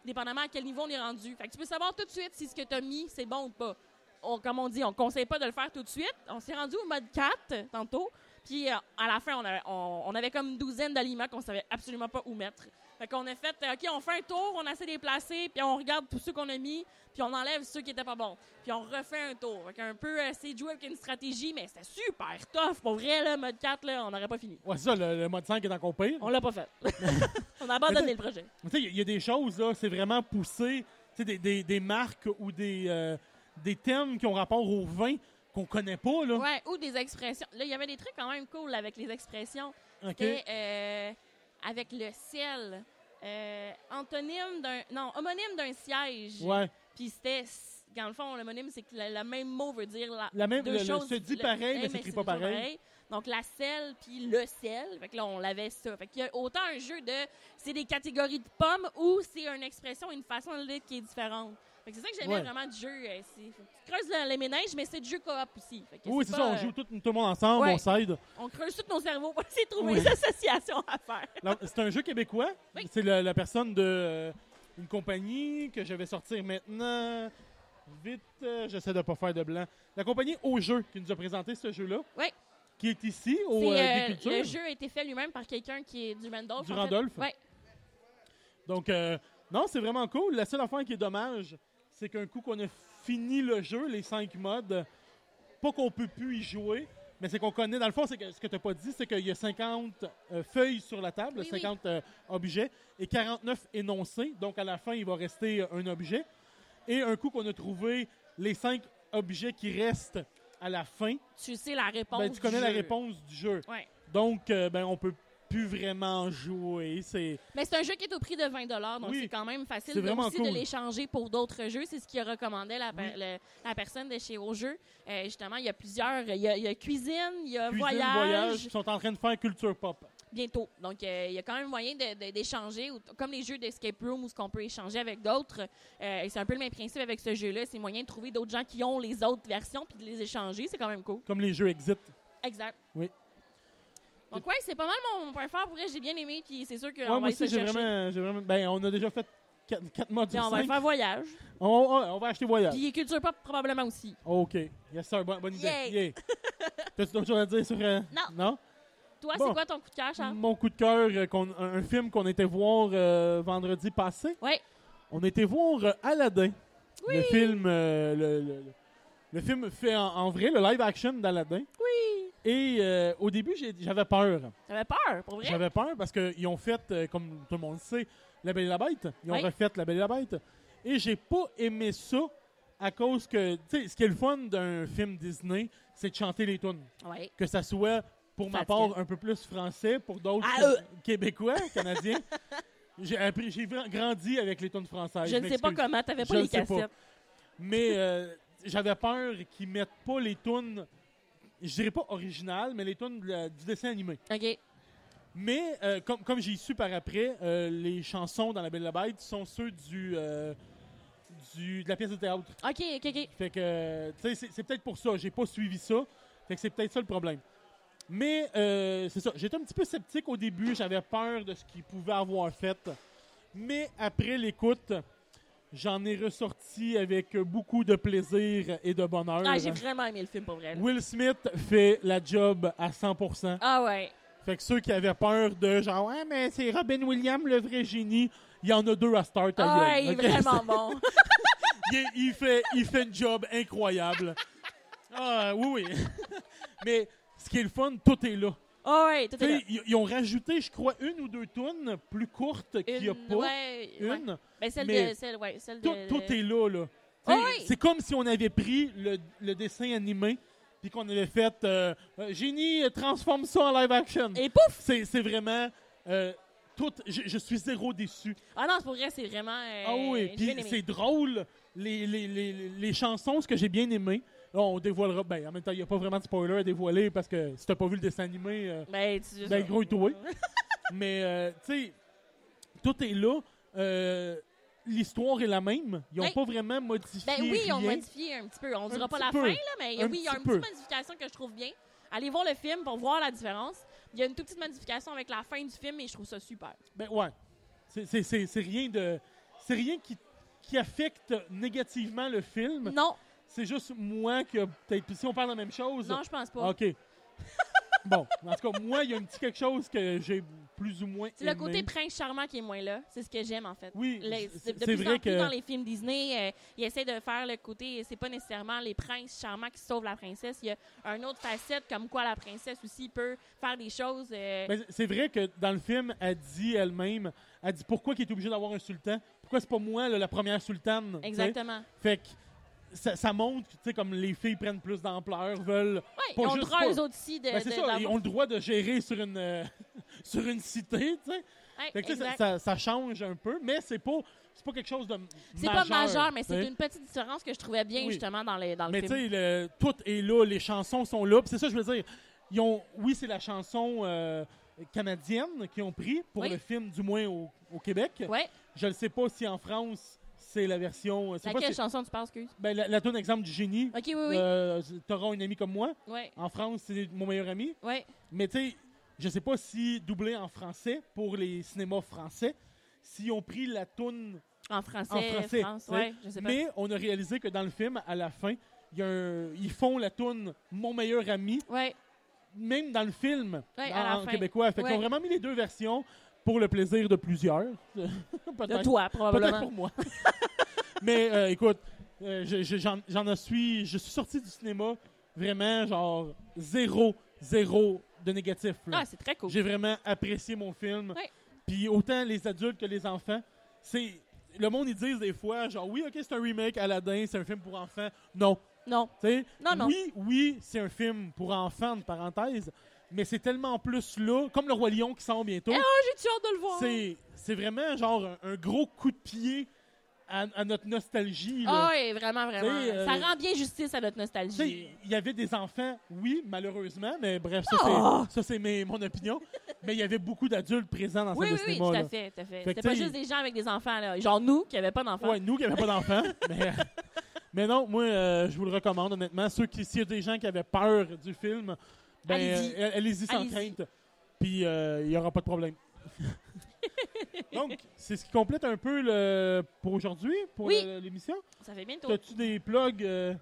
C: dépendamment à quel niveau on est rendu. Fait que tu peux savoir tout de suite si ce que tu as mis, c'est bon ou pas. On- comme on dit, on conseille pas de le faire tout de suite. On s'est rendu au mode 4 tantôt. Puis euh, à la fin, on avait, on- on avait comme une douzaine d'aliments qu'on savait absolument pas où mettre. Fait qu'on a fait, euh, OK, on fait un tour, on essaie de les placer, puis on regarde tous ceux qu'on a mis, puis on enlève ceux qui étaient pas bons. Puis on refait un tour. Fait qu'un peu, euh, c'est jouer avec une stratégie, mais c'était super tough. Pour vrai, le mode 4, là, on n'aurait pas fini.
B: Ouais, c'est ça, le, le mode 5 est encore pire.
C: On l'a pas fait. on a abandonné le projet.
B: Mais Tu sais, il y a- il y, a des choses, là, c'est vraiment poussé. Tu sais, des, des, des marques ou des, euh, des thèmes qui ont rapport au vin qu'on connaît pas, là.
C: Ouais, ou des expressions. Là, il y avait des trucs quand même cool avec les expressions.
B: OK.
C: C'était euh, avec le ciel. Euh, antonyme d'un. Non, homonyme d'un siège.
B: Ouais.
C: Puis c'était. Dans le fond, l'homonyme, c'est que le, le même mot veut dire la,
B: La même,
C: deux
B: le- le-
C: choses.
B: se dit
C: le-
B: pareil,
C: eh,
B: mais s'écrit
C: c'est
B: pas
C: toujours
B: pareil.
C: Donc la selle puis le sel. Fait que là, on l'avait ça. Fait qu'il y a autant un jeu de. C'est des catégories de pommes ou c'est une expression, une façon de lire qui est différente. Fait que c'est ça que j'aimais
B: Ouais.
C: vraiment du jeu. euh, c'est- faut que tu creuses le- les ménages, mais c'est du jeu coop aussi. Fait que
B: Oui, c'est
C: pas,
B: ça, on
C: euh,
B: joue tout, tout le monde ensemble,
C: Ouais.
B: on s'aide.
C: on creuse tous nos cerveaux pour essayer de trouver
B: Oui.
C: des associations à faire.
B: Alors, C'est un jeu québécois.
C: Oui.
B: C'est la, la personne de euh, une compagnie que je vais sortir maintenant. Vite, euh, j'essaie de pas faire de blanc. La compagnie Au Jeu qui nous a présenté ce jeu-là.
C: Oui.
B: Qui est ici au
C: C'est,
B: euh,
C: euh,
B: Agriculture.
C: le jeu a été fait lui-même par quelqu'un qui est du Randolph.
B: Du
C: en fait.
B: Randolph.
C: Ouais.
B: Donc, euh, non, c'est vraiment cool. La seule affaire qui est dommage, c'est qu'un coup qu'on a fini le jeu, les cinq modes, pas qu'on peut plus y jouer, mais c'est qu'on connaît. Dans le fond, c'est que, ce que tu n'as pas dit, c'est qu'il y a 50 euh, feuilles sur la table,
C: Oui, oui.
B: 50 euh, objets, et 49 énoncés. Donc, à la fin, il va rester euh, un objet. Et un coup qu'on a trouvé les cinq objets qui restent à la fin,
C: Tu sais la réponse.
B: ben, tu connais la
C: du jeu.
B: réponse du jeu.
C: Ouais.
B: Donc, euh, ben, on peut plus vraiment jouer. C'est.
C: Mais c'est un jeu qui est au prix de 20 donc
B: Oui.
C: c'est quand même facile
B: C'est
C: de-
B: vraiment
C: aussi
B: cool.
C: de l'échanger pour d'autres jeux. C'est ce qui recommandait la, per-
B: Oui.
C: le- la personne de chez Au Jeu. Euh, justement, il y a plusieurs. Il y a, il y a cuisine, il y a
B: Cuisine, voyage.
C: voyage,
B: Ils sont en train de faire culture pop.
C: bientôt. Donc, euh, il y a quand même moyen de- de- d'échanger, ou t- comme les jeux d'escape room où ce qu'on peut échanger avec d'autres. Euh, et c'est un peu le même principe avec ce jeu-là. C'est moyen de trouver d'autres gens qui ont les autres versions puis de les échanger. C'est quand même cool.
B: Comme les jeux Exit.
C: Ah Exact.
B: Oui.
C: Donc, ouais, c'est pas mal mon, mon point fort. Pour vrai, j'ai bien aimé. Puis c'est sûr qu'on
B: Ouais,
C: va
B: moi
C: aller se
B: aussi, j'ai
C: chercher.
B: vraiment, j'ai vraiment- Ben, on a déjà fait 4, modes
C: Puis
B: sur
C: on va
B: cinq.
C: faire voyage.
B: On, on- on va acheter voyage.
C: Puis culture pop, probablement aussi.
B: OK. Yes, sir. Bonne, bonne idée.
C: Yay.
B: Yeah. T'as-tu d'autres choses à dire sur. euh,
C: Non. Toi,
B: Bon.
C: c'est quoi ton coup de cœur, Charles?
B: Mon coup de cœur, euh, qu'on- un, un film qu'on était voir euh, vendredi passé.
C: Oui.
B: On était voir euh, Aladdin.
C: Oui.
B: Le film. euh, le, le- le- le film fait en, en vrai, le live action d'Aladdin.
C: Oui.
B: Et euh, au début, j'ai- j'avais peur.
C: T'avais peur, pour vrai?
B: J'avais peur parce qu'ils ont fait, euh, comme tout le monde sait, La Belle et la Bête. Ils ont
C: Oui.
B: refait La Belle et la Bête. Et j'ai pas aimé ça à cause que, tu sais, ce qui est le fun d'un film Disney, c'est de chanter les tunes.
C: Oui.
B: Que ça soit, pour ma
C: Fatigant.
B: part, un peu plus français, pour d'autres
C: Ah,
B: qué- Québécois, Canadiens. J'ai appris- j'ai vra- grandi avec les tunes françaises.
C: Je ne sais pas
B: m'excuse.
C: comment, t'avais
B: Ah, Je
C: pas
B: ne
C: les
B: sais pas.
C: cassettes.
B: Mais euh, j'avais peur qu'ils mettent pas les tunes, je dirais pas originales, mais les tunes de la- du dessin animé.
C: OK.
B: Mais euh, comme, comme j'ai su par après, euh, les chansons dans La Belle et la Bête sont ceux du, euh, du- de la pièce de théâtre.
C: OK, OK, OK.
B: Fait que, euh, tu sais, c'est, c'est peut-être pour ça. J'ai pas suivi ça. Fait que c'est peut-être ça le problème. Mais euh, c'est ça. J'étais un petit peu sceptique au début. J'avais peur de ce qu'ils pouvaient avoir fait. Mais après l'écoute, j'en ai ressorti avec beaucoup de plaisir et de bonheur.
C: Ah, j'ai vraiment aimé le film, pour vrai.
B: Will Smith fait la job à 100%.
C: Ah ouais.
B: Fait que ceux qui avaient peur de genre, ouais, mais c'est Robin Williams, le vrai génie, il y en a deux à Star
C: Ah ouais, il est vraiment bon.
B: il, est- il fait, il fait une job incroyable. Ah, oui, oui. mais ce qui est le fun, tout est là.
C: Ah ouais, tout
B: Tu
C: est
B: sais,
C: là.
B: Ils, ils ont rajouté, je crois, une ou deux tunes plus courtes qu'il n'y a pas.
C: ouais, ouais.
B: Une.
C: Ben, celle
B: mais
C: de... Celle, ouais, celle
B: Tout,
C: de...
B: tout est là, là. Tu
C: Ah
B: sais,
C: oui!
B: C'est comme si on avait pris le, le dessin animé puis qu'on avait fait euh, euh, Génie, transforme ça en live action.
C: Et pouf!
B: C'est, c'est vraiment. euh, tout, je, je suis zéro déçu.
C: Ah non, c'est pour vrai, c'est vraiment... euh,
B: ah oui,
C: j'ai
B: puis
C: bien aimé.
B: c'est drôle. Les, les, les, les chansons, ce que j'ai bien aimé. Là, on dévoilera. Ben, en même temps, il n'y a pas vraiment de spoiler à dévoiler parce que si t'as pas vu le dessin animé, euh,
C: Ben, tu...
B: ben, gros, toi. mais, euh, tu sais, tout est là. Euh, L'histoire est la même. Ils n'ont
C: Hey.
B: pas vraiment modifié.
C: Ben oui, on
B: rien.
C: modifié un petit peu. On dira
B: petit
C: pas la
B: peu.
C: fin, là, mais
B: Un
C: oui, il y a
B: petit
C: une
B: peu.
C: petite modification que je trouve bien. Allez voir le film pour voir la différence. Il y a une toute petite modification avec la fin du film et je trouve ça super.
B: Ben ouais. C'est- c'est- C'est c'est rien de. C'est rien qui, qui affecte négativement le film.
C: Non,
B: C'est juste moi qui a peut-être. Si on parle de la même chose.
C: non, je pense pas.
B: ok. Bon, en tout cas, moi, il y a un petit quelque chose que j'ai plus ou moins.
C: C'est le
B: aimé.
C: côté prince charmant qui est moins là. C'est ce que j'aime, en fait.
B: Oui,
C: Les-
B: c'est
C: de
B: c'est
C: plus
B: vrai
C: en plus
B: que.
C: dans les films Disney, euh, ils essaient de faire le côté, c'est pas nécessairement les princes charmants qui sauvent la princesse. Il y a une autre facette comme quoi la princesse aussi peut faire des choses. euh,
B: Ben, c'est vrai que dans le film, elle dit elle-même, elle dit pourquoi qu'il est obligé d'avoir un sultan, pourquoi c'est pas moi là, la première sultane. tu sais?
C: exactement.
B: Fait que ça, ça montre, tu sais, comme les filles prennent plus d'ampleur, veulent.
C: Oui,
B: pas
C: on
B: juste
C: droit
B: pas-
C: eux autres aussi de.
B: Ben, c'est
C: de-
B: ça, ils
C: d'avoir-
B: ont le droit de gérer sur une, euh, sur une cité, tu sais.
C: Ouais,
B: Fait que, tu sais, ça,
C: exact.
B: ça, ça change un peu, mais c'est pas, c'est pas quelque chose de.
C: C'est pas majeur, mais
B: tu sais.
C: c'est une petite différence que je trouvais bien
B: Oui.
C: justement dans le, dans le
B: Mais tu
C: film.
B: sais, le- tout est là, les chansons sont là. puis C'est ça, que je veux dire. Ils ont, oui, c'est la chanson euh, canadienne qu'ils ont pris pour
C: Oui.
B: le film, du moins au, au Québec.
C: Ouais.
B: Je ne sais pas si en France, c'est la version. euh, c'est pas
C: Laquelle
B: si-
C: chanson tu penses, que
B: ben, la, la toune exemple du génie.
C: Ok, oui, oui.
B: euh, T'auras une amie comme moi.
C: Ouais,
B: En France, c'est mon meilleur ami.
C: ouais.
B: Mais tu sais, je sais pas si doublé en français pour les cinémas français, s'ils ont pris la toune
C: En français.
B: En français,
C: France,
B: tu sais.
C: ouais, je sais pas.
B: Mais on a réalisé que dans le film, à la fin, il y a un- ils font la toune Mon meilleur ami,
C: Ouais.
B: même dans le film
C: Ouais,
B: en-
C: à la
B: en
C: fin.
B: québécois. Fait qu'ils
C: Ouais.
B: ont vraiment mis les deux versions pour le plaisir de plusieurs.
C: De
B: Peut-être
C: toi,
B: peut-être
C: probablement.
B: pour moi. Mais euh, écoute, euh, je- je- j'en j'en suis, je suis sorti du cinéma vraiment genre zéro, zéro de négatif. là.
C: Ah, c'est très cool.
B: J'ai vraiment apprécié mon film.
C: Ouais.
B: Puis autant les adultes que les enfants, c'est le monde ils disent des fois genre oui ok c'est un remake Aladdin c'est un film pour enfants non
C: Non.
B: tu sais
C: Non, non.
B: oui oui c'est un film pour enfants de parenthèse mais c'est tellement plus là comme le roi lion qui sort bientôt
C: Eh, J'ai-tu hâte de le voir?
B: c'est c'est vraiment genre un, un gros coup de pied à, à notre nostalgie là.
C: Ah oui, vraiment, vraiment.
B: Tu sais, euh,
C: Ça rend bien justice à notre
B: Tu sais,
C: nostalgie.
B: il y avait des enfants, oui, malheureusement, mais bref, ça,
C: Ah!
B: c'est, ça, c'est mes- mon opinion. mais il y avait beaucoup d'adultes présents dans
C: Oui,
B: cette
C: oui,
B: salle de
C: oui,
B: cinéma.
C: tout à
B: là.
C: fait, tout à fait.
B: que,
C: C'était pas
B: tu sais,
C: juste des gens avec des enfants, là. Genre nous, qui n'avaient pas d'enfants.
B: Ouais, nous qui n'avions pas d'enfants. mais, mais non, moi, euh, je vous le recommande, honnêtement. Ceux qui, s'il y a des gens qui avaient peur du film, ben,
C: Allez-y.
B: euh, allez-y sans
C: Allez-y.
B: crainte. Puis euh, il n'y aura pas de problème. Donc, c'est ce qui complète un peu le, pour aujourd'hui, pour
C: Oui.
B: le- l'émission.
C: Ça fait bien le tour.
B: As-tu des plugs, euh,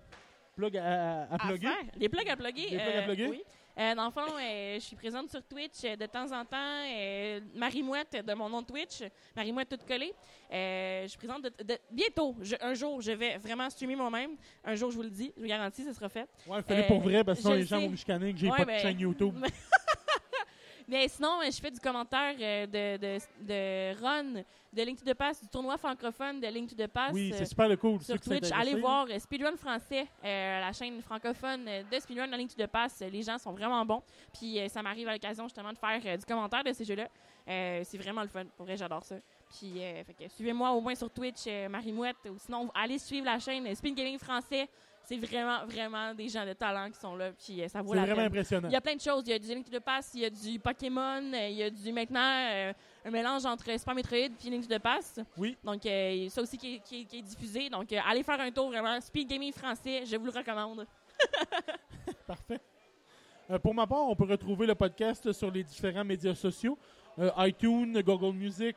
B: plugs à, à, à
C: à
B: plugger?
C: faire. Des plugs à plugger.
B: Des plugs à
C: euh,
B: plugger?
C: oui. Euh, dans le fond, euh, je suis présente sur Twitch euh, de temps en temps. euh, Marie Mouette, de mon nom de Twitch, Marie Mouette toute collée. Euh, je suis présente de, de- bientôt. je- un jour, je vais vraiment streamer moi-même. Un jour, je vous le dis, je vous garantis, ce sera fait.
B: Ouais, fallait
C: Euh,
B: pour vrai, parce que sinon
C: je
B: les
C: le
B: gens
C: sais.
B: vont me chicaner que j'ai
C: Ouais,
B: pas de
C: ben,
B: chaîne YouTube.
C: Mais sinon, euh, je fais du commentaire euh, de, de, de Ron, de Link to the Pass, du tournoi francophone de Link to the Pass.
B: Oui,
C: euh,
B: c'est super le cool. ceux
C: sur
B: qui sont
C: Twitch.
B: intéressés,
C: Allez
B: là.
C: voir euh, Speedrun français, euh, la chaîne francophone euh, de Speedrun en ligne de passe. Les gens sont vraiment bons. Puis euh, ça m'arrive à l'occasion justement de faire euh, du commentaire de ces jeux-là. Euh, c'est vraiment le fun. Pour vrai, j'adore ça. Puis euh, fait que suivez-moi au moins sur Twitch, euh, Marie Mouette, ou sinon allez suivre la chaîne euh, Spin Gaming français. C'est vraiment, vraiment des gens de talent qui sont là. Puis euh, ça vaut
B: C'est
C: la
B: vraiment
C: peine.
B: impressionnant.
C: Il y a plein de choses. Il y a du Link to the Past, il y a du Pokémon, euh, il y a du maintenant euh, un mélange entre Super Metroid puis Link to the Past.
B: Oui.
C: Donc euh, ça aussi qui est, qui est- qui est diffusé. Donc euh, allez faire un tour vraiment. Speed Gaming français, je vous le recommande.
B: Parfait. Euh, pour ma part, on peut retrouver le podcast sur les différents médias sociaux Euh, iTunes, Google Music,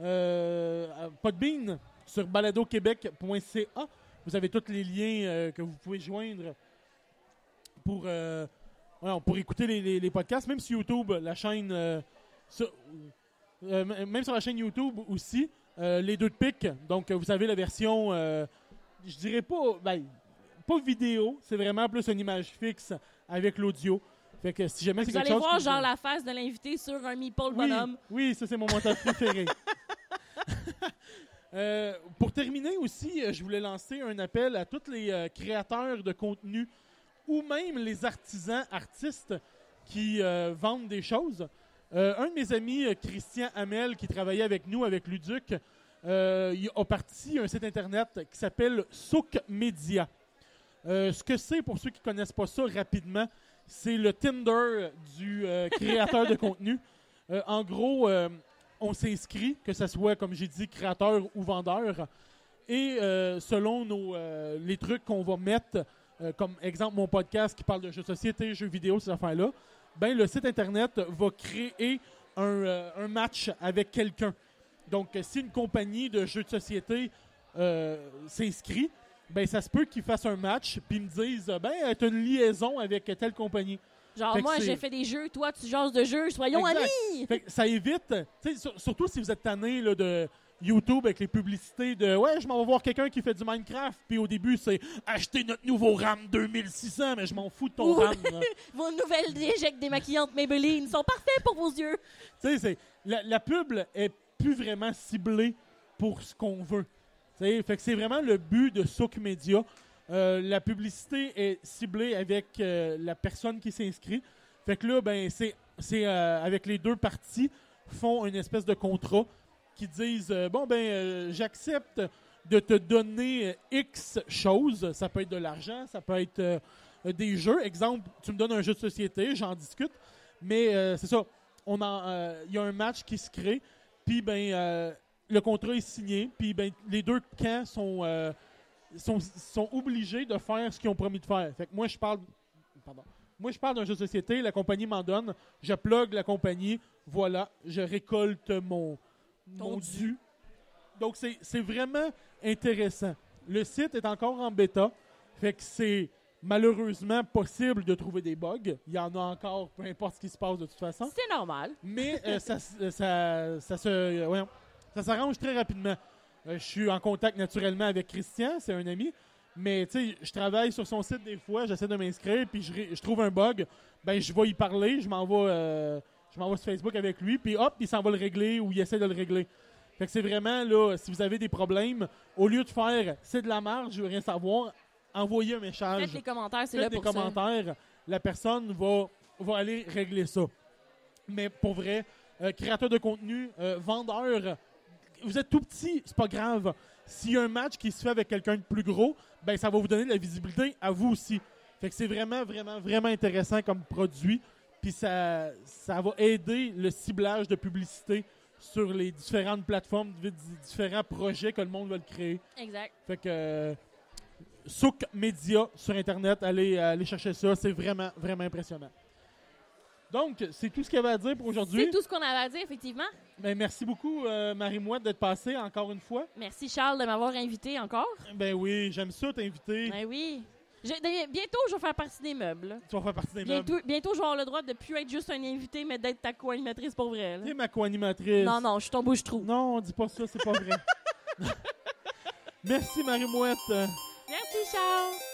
B: euh, euh, Podbean, sur baladoquebec.ca. Vous avez tous les liens euh, que vous pouvez joindre pour, euh, ouais, pour écouter les, les- les podcasts, même sur YouTube, la chaîne. euh, sur- euh, m- même sur la chaîne YouTube aussi, euh, les deux de pique. Donc, euh, vous avez la version, euh, je dirais pas, ben, pas vidéo, c'est vraiment plus une image fixe avec l'audio. Fait que si jamais c'est
C: Vous
B: quelque
C: allez
B: chose
C: voir
B: qui-
C: genre la face de l'invité sur un meeple bonhomme.
B: oui, oui, ça c'est mon montage préféré. Euh, pour terminer aussi, euh, je voulais lancer un appel à tous les euh, créateurs de contenu ou même les artisans artistes qui euh, vendent des choses. Euh, un de mes amis, euh, Christian Hamel, qui travaillait avec nous, avec Luduc, euh, il a parti un site internet qui s'appelle Souk Media. Euh, ce que c'est, pour ceux qui connaissent pas ça rapidement, c'est le Tinder du euh, créateur de contenu. Euh, en gros, euh, on s'inscrit, que ce soit, comme j'ai dit, créateur ou vendeur. Et euh, selon nos, euh, les trucs qu'on va mettre, euh, comme exemple mon podcast qui parle de jeux de société, jeux vidéo, ces affaires-là, ben, le site Internet va créer un, euh, un match avec quelqu'un. Donc, euh, si une compagnie de jeux de société euh, s'inscrit, ben ça se peut qu'ils fassent un match puis ils me disent ben t'as une liaison avec telle compagnie.
C: Genre,
B: Fait que
C: moi,
B: c'est-
C: j'ai fait des jeux, toi, tu jases de jeux, soyons
B: Exact.
C: amis!
B: Fait que ça évite, tu sais, sur- surtout si vous êtes tanné là, de YouTube avec les publicités de ouais, je m'en vais voir quelqu'un qui fait du Minecraft, puis au début c'est acheter notre nouveau RAM 2600, mais je m'en fous de ton
C: Oui.
B: RAM. là.
C: Vos nouvelles échecs démaquillantes Maybelline sont parfaits pour vos yeux!
B: Tu sais, c'est- la, la pub est plus vraiment ciblée pour ce qu'on veut. Tu sais, fait que c'est vraiment le but de Souk Media. Euh, la publicité est ciblée avec euh, la personne qui s'inscrit. Fait que là, ben, c'est, c'est euh, avec les deux parties font une espèce de contrat qui disent euh, bon ben euh, j'accepte de te donner euh, X choses. Ça peut être de l'argent, ça peut être euh, des jeux. Exemple, tu me donnes un jeu de société, j'en discute. Mais euh, c'est ça, on en- euh, il y a un match qui se crée, puis ben euh, le contrat est signé, puis ben les deux camps sont euh, sont, sont obligés de faire ce qu'ils ont promis de faire. Fait que moi je parle pardon. Moi je parle d'un jeu de société, la compagnie m'en donne, je plug la compagnie, voilà, je récolte mon
C: Ton
B: mon
C: dû.
B: dû. Donc c'est c'est vraiment intéressant. Le site est encore en bêta, fait que c'est malheureusement possible de trouver des bugs. Il y en a encore, peu importe ce qui se passe de toute façon.
C: C'est normal.
B: Mais euh, ça, s- euh, ça, ça se, euh, voyons, ça s'arrange très rapidement. Euh, je suis en contact naturellement avec Christian, c'est un ami. Mais tu sais, je travaille sur son site des fois, j'essaie de m'inscrire, puis je, ré- je trouve un bug. Ben, je vais y parler, je m'envoie, je m'envoie sur Facebook avec lui, puis hop, il s'en va le régler ou il essaie de le régler. Fait que c'est vraiment là, si vous avez des problèmes, au lieu de faire c'est de la marge, je veux rien savoir, envoyez un message
C: Faites des commentaires, c'est
B: Ah, faites
C: là
B: des
C: pour ça.
B: commentaires, la personne va, va aller régler ça. Mais pour vrai, euh, créateur de contenu, euh, vendeur, vous êtes tout petit, c'est pas grave. S'il y a un match qui se fait avec quelqu'un de plus gros, ben ça va vous donner de la visibilité à vous aussi. Fait que c'est vraiment, vraiment, vraiment intéressant comme produit. Puis ça, ça va aider le ciblage de publicité sur les différentes plateformes, d- différents projets que le monde va le créer.
C: Exact.
B: Fait que euh, Souk Media sur Internet, allez, euh, allez chercher ça, c'est vraiment, vraiment impressionnant. Donc, c'est tout ce qu'il y avait à dire pour
C: C'est
B: aujourd'hui.
C: tout ce qu'on avait à dire, effectivement.
B: Ben, merci beaucoup, euh, Marie-Mouette, d'être passée encore une fois.
C: Merci, Charles, de m'avoir invité encore.
B: Ben oui, j'aime ça t'inviter.
C: Ben oui. Je- d'ailleurs, bientôt, je vais faire partie des meubles.
B: Tu vas faire partie des meubles.
C: Bientôt, bientôt, je vais avoir le droit de plus être juste un invité, mais d'être ta co-animatrice pour vrai. là.
B: T'es ma co-animatrice.
C: Non, non, je suis ton bouche-trou.
B: Non, dis pas ça, c'est pas vrai. merci, Marie-Mouette.
C: Merci, Charles.